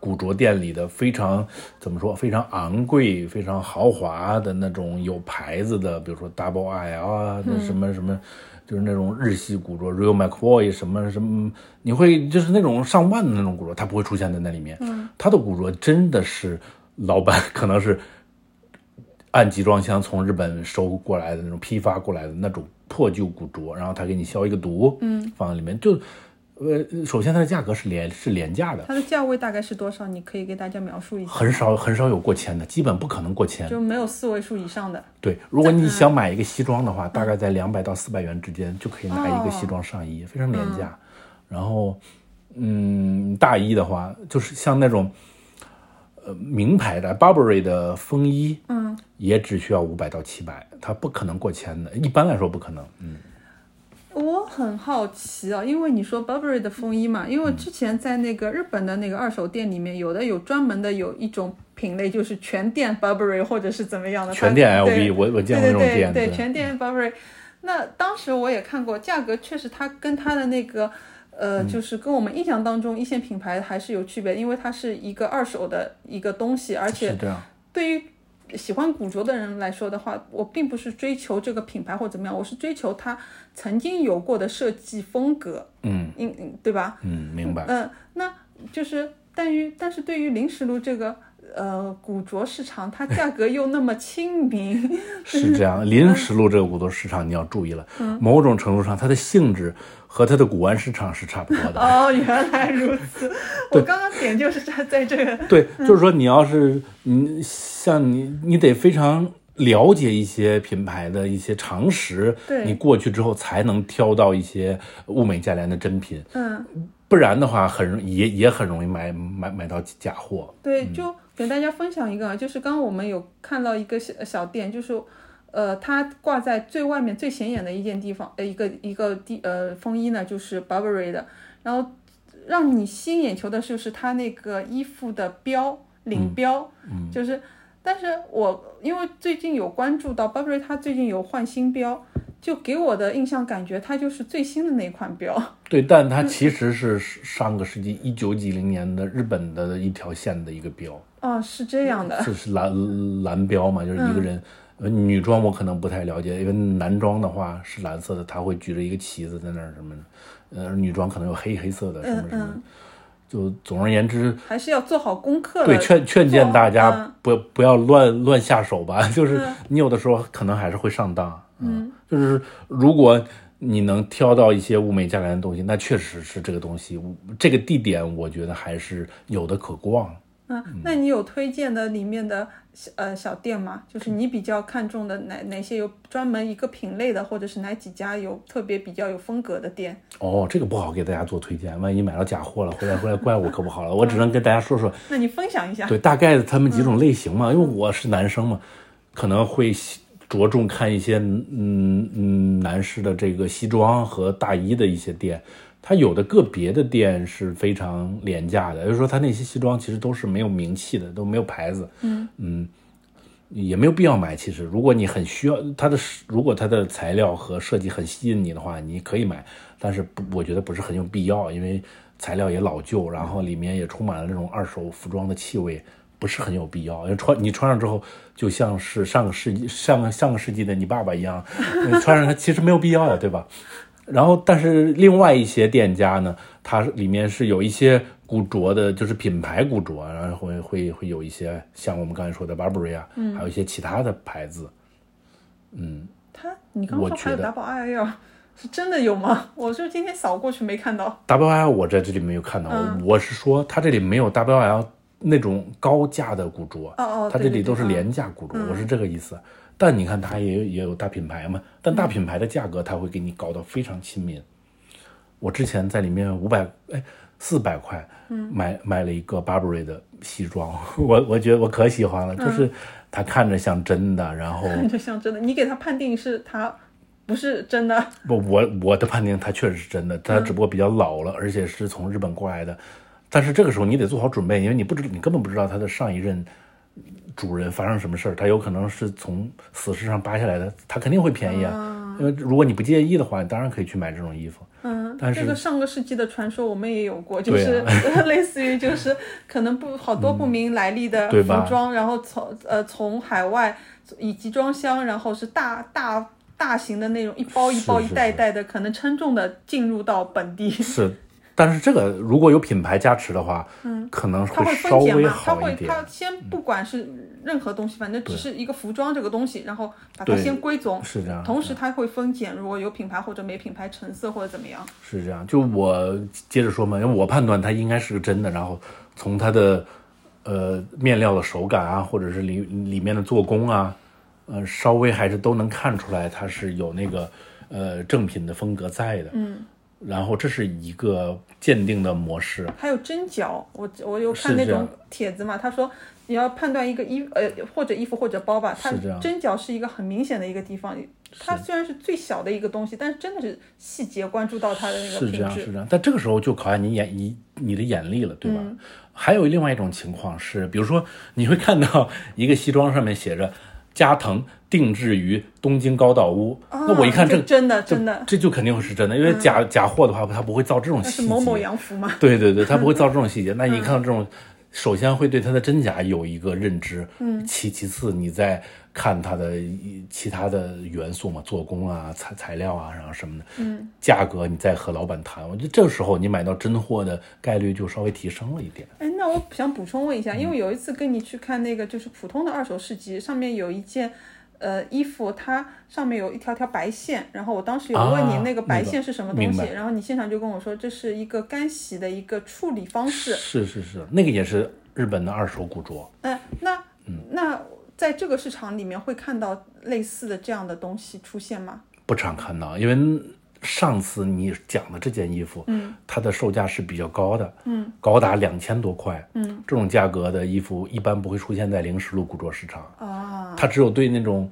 S2: 古着店里的非常怎么说非常昂贵、非常豪华的那种有牌子的，比如说 Double I 啊，那什么什么。就是那种日系古着，Real McVoy 什么什么，你会就是那种上万的那种古着，它不会出现在那里面。嗯，它的古着真的是老板可能是按集装箱从日本收过来的那种批发过来的那种破旧古着，然后他给你消一个毒，嗯，放在里面就，呃，首先它的价格是廉是廉价的，
S1: *laughs* 它的价位大概是多少？你可以给大家描述一下，
S2: 很少很少有过千的，基本不可能过千。
S1: 就没有四位数以上的。
S2: 对，如果你想买一个西装的话，大概在
S1: 嗯
S2: 两百到四百元之间就可以拿一个西装上衣，非常廉
S1: 嗯
S2: 价。然后，嗯，大衣的话，就是像那种，呃，名牌的 Burberry 的风衣，嗯，也只需要五百到七百，它不可能过千的，一般来说不可能。嗯，
S1: 我很好奇啊，因为你说 Burberry 的风衣嘛，因为之前在那个日本的那个二手店里面，有的有专门的有一种品类，就是全店 Burberry 或者是怎么样的，
S2: 全
S1: 它
S2: 店
S1: 对
S2: LV，我我见过那种
S1: 对对
S2: 店，嗯
S1: 对对，全店 Burberry。那当时我也看过，价格确实它跟它的那个呃，
S2: 嗯
S1: 就是跟我们印象当中一线品牌还是有区别，因为它是一个二手的一个东西，而且
S2: 是啊这样。
S1: 对于喜欢古着的人来说的话，我并不是追求这个品牌或怎么样，我是追求它曾经有过的设计风格，
S2: 嗯
S1: 嗯，嗯对吧？
S2: 嗯，明白。
S1: 嗯，那就是，但于但是对于临时路这个呃古着市场，它价格又那么亲民，
S2: 是这样，临时路这个古着市场你要注意了，某种程度上它的性质和它的古玩市场是差不多的。
S1: *laughs* 哦，原来如此，我刚刚点就是在在这个，
S2: 对，就是说你要是你像你，你得非常了解一些品牌的一些常识，
S1: 对
S2: 你过去之后才能挑到一些物美价廉的真品，
S1: 嗯，
S2: 不然的话很容也也很容易买买买到假货。
S1: 对，就给大家分享一个啊，就是刚刚我们有看到一个小小店，就是，呃，它挂在最外面最显眼的一件地方，呃，一个一个地呃风衣呢，就是 Burberry 的，然后让你吸引眼球的就是它那个衣服的标领标，就是但是我因为最近有关注到 Burberry，它最近有换新标，就给我的印象感觉它就是最新的那款标。
S2: 对，但它其实是上个世纪一九几零年的日本的一条线的一个标，
S1: 哦，是这样的。
S2: 就是蓝蓝标嘛，就是一个人。呃，女装我可能不太了解，因为男装的话是蓝色的，他会举着一个旗子在那儿什么的，呃，女装可能有黑黑色的什么什么，就总而言之，
S1: 还是要做好功课了。
S2: 对，劝劝
S1: 做
S2: 谏大
S1: 嗯
S2: 家不不要乱乱下手吧， *laughs* 就是你有的时候可能还是会上当。嗯，就是如果你能挑到一些物美价廉的东西，那确实是这个东西，这个地点我觉得还是有的可逛。
S1: 嗯，那你有推荐的里面的小呃小店吗？就是你比较看重的哪哪些有专门一个品类的，或者是哪几家有特别比较有风格的店？
S2: 哦，这个不好给大家做推荐，万一买到假货了，回来回来怪我可不好了。我只能跟大家说说，
S1: 那你分享一下。
S2: 对，大概他们几种类型嘛，因为我是男生嘛，可能会喜着重看一些嗯嗯男士的这个西装和大衣的一些店。它有的个别的店是非常廉价的，也就是说，它那些西装其实都是没有名气的，都没有牌子，嗯也没有必要买。其实，如果你很需要它的，如果它的材料和设计很吸引你的话，你可以买，但是不，我觉得不是很有必要，因为材料也老旧，然后里面也充满了那种二手服装的气味，不是很有必要。因为穿你穿上之后，就像是上个世纪上个上个世纪的你爸爸一样， *laughs* 你穿上它其实没有必要呀，对吧？然后，但是另外一些店家呢，它里面是有一些古着的，就是品牌古着，然后会会会有一些像我们刚才说的 Burberry 啊，还有一些其他的牌子。
S1: 它，你刚刚
S2: 我
S1: 说还
S2: 觉
S1: 有
S2: 得
S1: W I L，是真的有吗？我就今天扫过去没看到。
S2: W L 我在这里没有看到，我是说它这里没有 W L 那种高价的古着，
S1: 哦哦
S2: 它这
S1: 对对嗯
S2: 里都
S1: 对
S2: 是廉价古着，我是这个意思。但你看它也有也有大品牌嘛，但
S1: 嗯
S2: 大品牌的价格它会给你搞到非常亲民。我之前在里面五百哎四百块
S1: 嗯
S2: 买买了一个 Burberry 的西装， *laughs* 我我觉得我可喜欢了，
S1: 嗯
S2: 就是它看着像真的，然后
S1: *laughs* 看着像真的，你给它判定是它不是真的。
S2: 不，我我的判定它确实是真的，它
S1: 嗯
S2: 只不过比较老了，而且是从日本过来的。但是这个时候你得做好准备，因为你不知你根本不知道它的上一任主人发生什么事儿，它有可能是从死尸上扒下来的，它肯定会便宜啊。因为如果你不介意的话，你当然可以去买这种衣服。
S1: 嗯，
S2: 但是
S1: 这个上个世纪的传说我们也有过，就
S2: 对
S1: 是、 *laughs*
S2: 啊嗯
S1: 类似于就是可能不好多不明来历的
S2: 对
S1: 服
S2: 吧
S1: 装，然后从呃从海外以集装箱，然后是大大大型的那种一包一包
S2: 是
S1: 一
S2: 是
S1: 袋一袋的，可能称重的进入到本地，
S2: 是，但是这个如果有品牌加持的话，嗯，可能
S1: 它会
S2: 稍
S1: 分解
S2: 微
S1: 嘛？它
S2: 好一
S1: 会
S2: 点。嗯
S1: 它先不管是任何东西，反正只是一个服装这个东西，然后把它
S2: 对
S1: 先归总，
S2: 是这啊样
S1: 同时它会分拣，如果有品牌或者没品牌成色或者怎么样。
S2: 是这样，就我接着说嘛，因为我判断它应该是个真的，然后从它的呃面料的手感啊，或者是里里面的做工啊，呃，稍微还是都能看出来它是有那个呃正品的风格在的。嗯，然后这是一个鉴定的模式，
S1: 还有针脚，我我有
S2: 是
S1: 看那
S2: 这
S1: 种
S2: 样
S1: 帖子嘛，他说你要判断一个衣呃或者衣服或者包吧，它
S2: 是这样
S1: 针脚是一个很明显的一个地方，它虽然是最小的一个东西，但是真的是细节关注到它的那个
S2: 是这
S1: 品
S2: 样是
S1: 质。
S2: 这样。但这个时候就考验你眼你你的眼力了，对吧？
S1: 嗯
S2: 还有另外一种情况是，比如说你会看到 *laughs* 一个西装上面写着“加藤定制于东京高岛屋”，那我一看
S1: 啊
S2: 这个
S1: 真的真的，
S2: 这就肯定是真的，因为假、假货的话，它不会造这种
S1: 那
S2: 细
S1: 是
S2: 节。
S1: 某某洋服
S2: *laughs*
S1: 嘛？
S2: 对对对，它不会造 *laughs* 这种细节。那你看到这种，首先会对它的真假有一个认知，嗯，其其次你再看它的一其他的元素嘛，做工啊、材材料啊，然后什么的，嗯，价格你再和老板谈。我觉得这个时候你买到真货的概率就稍微提升了一点。
S1: 哎，那我想补充问一下，因
S2: 嗯
S1: 为有一次跟你去看那个就是普通的二手市集，上面有一件。呃，衣服它上面有一条条白线，然后我当时有问你
S2: 啊
S1: 那个白
S2: 那个
S1: 线是什么东西，
S2: 明白
S1: 然后你现场就跟我说这是一个干洗的一个处理方式，
S2: 是是是，那个也是日本的二手古着。
S1: 哎，那
S2: 嗯
S1: 那在这个市场里面会看到类似的这样的东西出现吗？
S2: 不常看到，因为上次你讲的这件衣服，嗯，它的售价是比较高的，嗯，高达两千多块，嗯，这种价格的衣服一般不会出现在零食路古着市场，
S1: 啊，
S2: 它只有对那种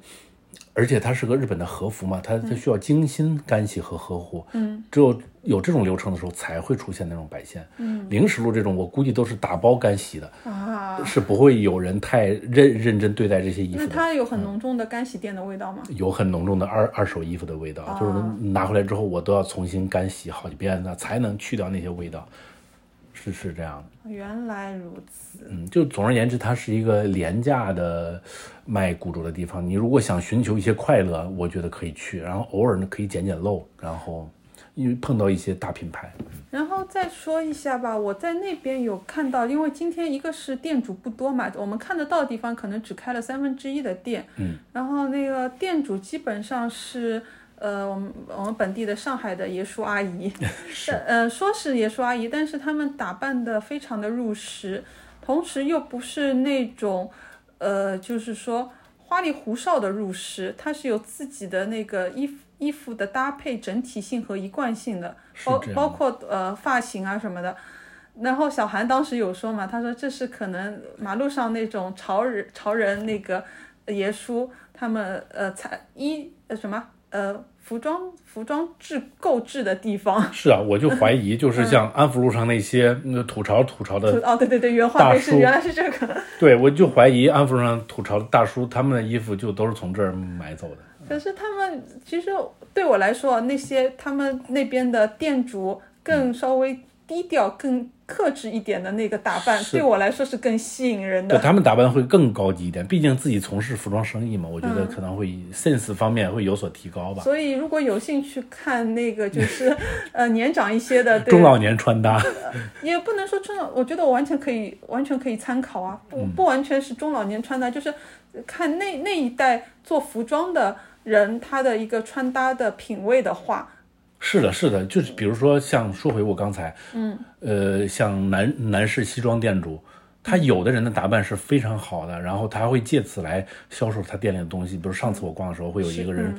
S2: 而且它是和日本的和服嘛，它它需要精心干洗和呵护，嗯，只有有这种流程的时候才会出现那种白线，嗯，零食路这种我估计都是打包干洗的，
S1: 啊，
S2: 是不会有人太认认真对待这些衣服
S1: 那
S2: 的，嗯
S1: 它有很浓重的干洗店的味道吗？
S2: 有很浓重的二二手衣服的味道，就是拿回来之后我都要重新干洗好几遍呢，才能去掉那些味道，是是这样的。
S1: 原来如此，
S2: 嗯，就总而言之，它是一个廉价的卖古着的地方。你如果想寻求一些快乐，我觉得可以去，然后偶尔呢可以捡捡漏，然后因为碰到一些大品牌，
S1: 然后再说一下吧，我在那边有看到，因为今天一个是店主不多嘛，我们看得到的地方可能只开了三分之一的店，嗯，然后那个店主基本上是。呃，我们我们本地的上海的爷叔阿姨，是呃，说是爷叔阿姨，但是他们打扮的非常的入时，同时又不是那种，呃，就是说花里胡哨的入时，它是有自己的那个衣服衣服的搭配整体性和一贯性的，
S2: 是
S1: 包
S2: 这样
S1: 包括呃发型啊什么的。然后小韩当时有说嘛，他说这是可能马路上那种潮人潮人那个爷叔他们呃才衣呃什么呃服装服装制购置的地方。
S2: 是啊，我就怀疑，就是像安福路上那些嗯吐槽吐槽的，
S1: 哦，对对对，原话
S2: 大
S1: 费是
S2: 叔
S1: 原来是这个。
S2: 对我就怀疑安福路上吐槽的大叔，他们的衣服就都是从这儿买走的。
S1: 可是他们其实对我来说，那些他们那边的店主
S2: 嗯
S1: 更稍微低调、更克制一点的那个打扮，
S2: 是
S1: 对我来说是更吸引人
S2: 对
S1: 的。
S2: 他们打扮会更高级一点，毕竟自己从事服装生意嘛，我觉得可能会 sense 方面会有所提高吧。
S1: 所以如果有兴趣看那个，就是呃年长一些的，对
S2: 中，老年穿搭，
S1: 也不能说中老，我觉得我完全可以，完全可以参考啊，
S2: 嗯
S1: 不不完全是中老年穿搭，就是看那那一代做服装的人他的一个穿搭的品味的话，
S2: 是的，是的，就是比如说像说回我刚才，嗯，呃，像男男士西装店主，他有的人的打扮是非常好的，然后他会借此来销售他店里的东西。比如上次我逛的时候，会有一个人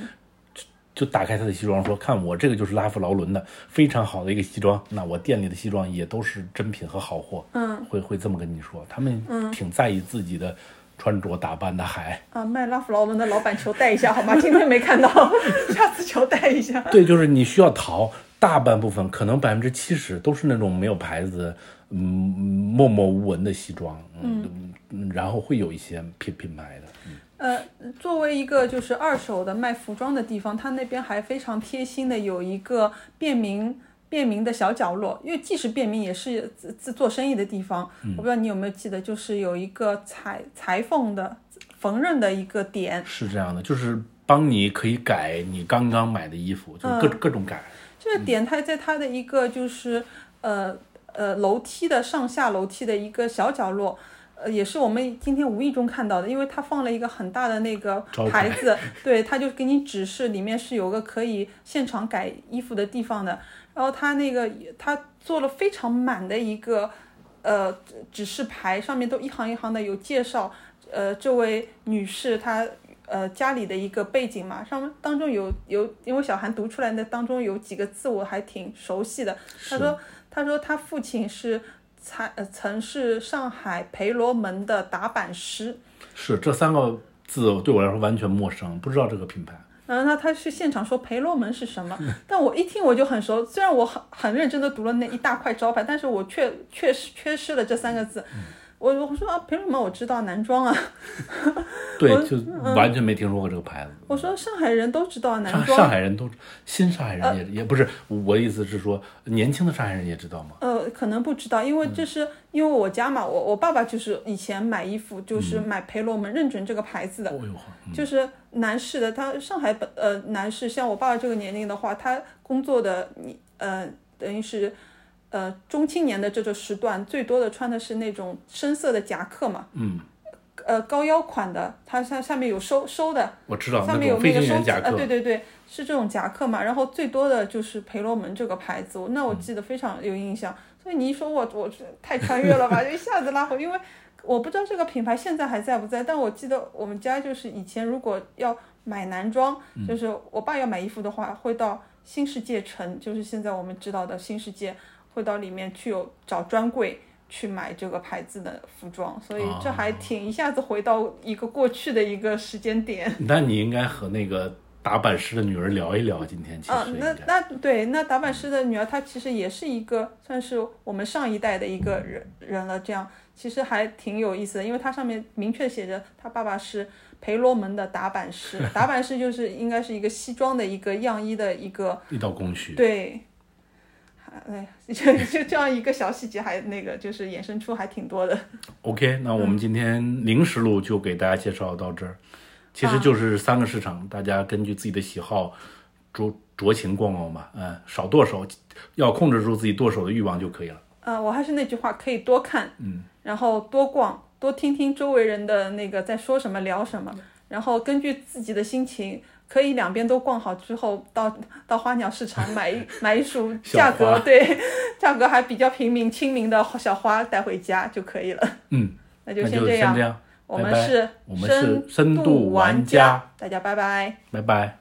S2: 就就打开他的西装说：“看我这个就是拉夫劳伦的，非常好的一个西装。那我店里的西装也都是真品和好货。”嗯，会会这么跟你说，他们挺在意自己的穿着打扮的，还。
S1: 啊，卖拉夫劳伦的老板求带一下好吗？今天没看到， *laughs* 下次求带一下。
S2: 对，就是你需要淘，大半部分可能百分之七十都是那种没有牌子，嗯，默默无闻的西装，嗯，嗯然后会有一些品品牌的，嗯
S1: 呃，作为一个就是二手的卖服装的地方，它那边还非常贴心的有一个便民便民的小角落，因为既是便民也是自自做生意的地方。我不知道你有没有记得，就是有一个裁裁缝的缝纫的一个点，
S2: 是这样的，就是帮你可以改你刚刚买的衣服，就是各、
S1: 嗯
S2: 各种改，
S1: 这个点它在它的一个就是呃呃楼梯的上下楼梯的一个小角落。呃，也是我们今天无意中看到的，因为它放了一个很大的那个
S2: 招牌
S1: 牌子，对，它就给你指示里面是有个可以现场改衣服的地方的。然后它那个它做了非常满的一个呃指示牌，上面都一行一行的有介绍，呃，这位女士她呃家里的一个背景嘛，上面当中有有，因为小韩读出来的当中有几个字我还挺熟悉的。他说他说他父亲是才呃曾是上海培罗门的打板师，
S2: 是这三个字对我来说完全陌生，不知道这个品牌。
S1: 然后呢，他去现场说培罗门是什么，但我一听我就很熟。虽然我很很认真的读了那一大块招牌，但是我却确实缺失了这三个字。我我说啊，培罗门我知道男装啊，
S2: 对，就完全没听说过这个牌子。
S1: 我说上海人嗯都知道男
S2: 上
S1: 装，呃
S2: 上海人都，新上海人也、也不是我的意思是说，年轻的上海人也知道吗？嗯
S1: 呃，可能不知道，因为这是、因为我家嘛，我我爸爸就是以前买衣服就是买培罗门认准这个牌子的，
S2: 嗯哦呦，
S1: 就是男士的，他上海本呃男士，像我爸爸这个年龄的话，他工作的你呃等于是呃中青年的这个时段，最多的穿的是那种深色的夹克嘛，
S2: 嗯，
S1: 呃高腰款的，它下下面有收收的，
S2: 我知道
S1: 上面
S2: 那
S1: 有
S2: 种飞
S1: 个
S2: 行
S1: 收
S2: 员
S1: 啊
S2: 夹、克。
S1: 对对对，是这种夹克嘛。然后最多的就是培罗门这个牌子，我
S2: 嗯
S1: 那我记得非常有印象。所以你一说我我是太穿越了吧，就一下子拉回，因为我不知道这个品牌现在还在不在，但我记得我们家就是以前如果要买男装，
S2: 嗯
S1: 就是我爸要买衣服的话，会到新世界城，就是现在我们知道的新世界，会到里面去有找专柜。去买这个牌子的服装，所以这
S2: 啊
S1: 还挺一下子回到一个过去的一个时间点。
S2: 那你应该和那个打板师的女儿聊一聊，今天其实
S1: 嗯，
S2: 应
S1: 那
S2: 该。
S1: 那对，那打板师的女儿，她其实也是一个算是我们上一代的一个人人了。这样其实还挺有意思的，因为它上面明确写着他爸爸是培罗门的打板
S2: *laughs*
S1: 师，打板师就是应该是一个西装的一个样衣的一个
S2: 一道工序，
S1: 对。 *laughs* 还哎， *laughs* 就就这样一个小细节还，那个就是衍生出还挺多的。
S2: OK，那
S1: 嗯
S2: 我们今天零食路就给大家介绍到这儿，其实就是三个市场，大家根据自己的喜好酌酌情逛逛吧，嗯，少剁手，要控制住自己剁手的欲望就可以了。
S1: 呃，我还是那句话，可以多看，嗯，然后多逛，多听听周围人的那个在说什么、聊什么，然后根据自己的心情，可以两边都逛好之后，到到花鸟市场
S2: *laughs*
S1: 买一买一束
S2: 小
S1: 价格
S2: 花
S1: 对，价格还比较平民、亲民的小花带回家就可以了。
S2: 嗯，
S1: 那
S2: 那
S1: 就先
S2: 就
S1: 这
S2: 先
S1: 样，
S2: 这样，
S1: 我
S2: 拜
S1: 们
S2: 拜
S1: 是
S2: 我们是深
S1: 度
S2: 度玩
S1: 玩
S2: 家，
S1: 大家拜拜。
S2: 拜拜。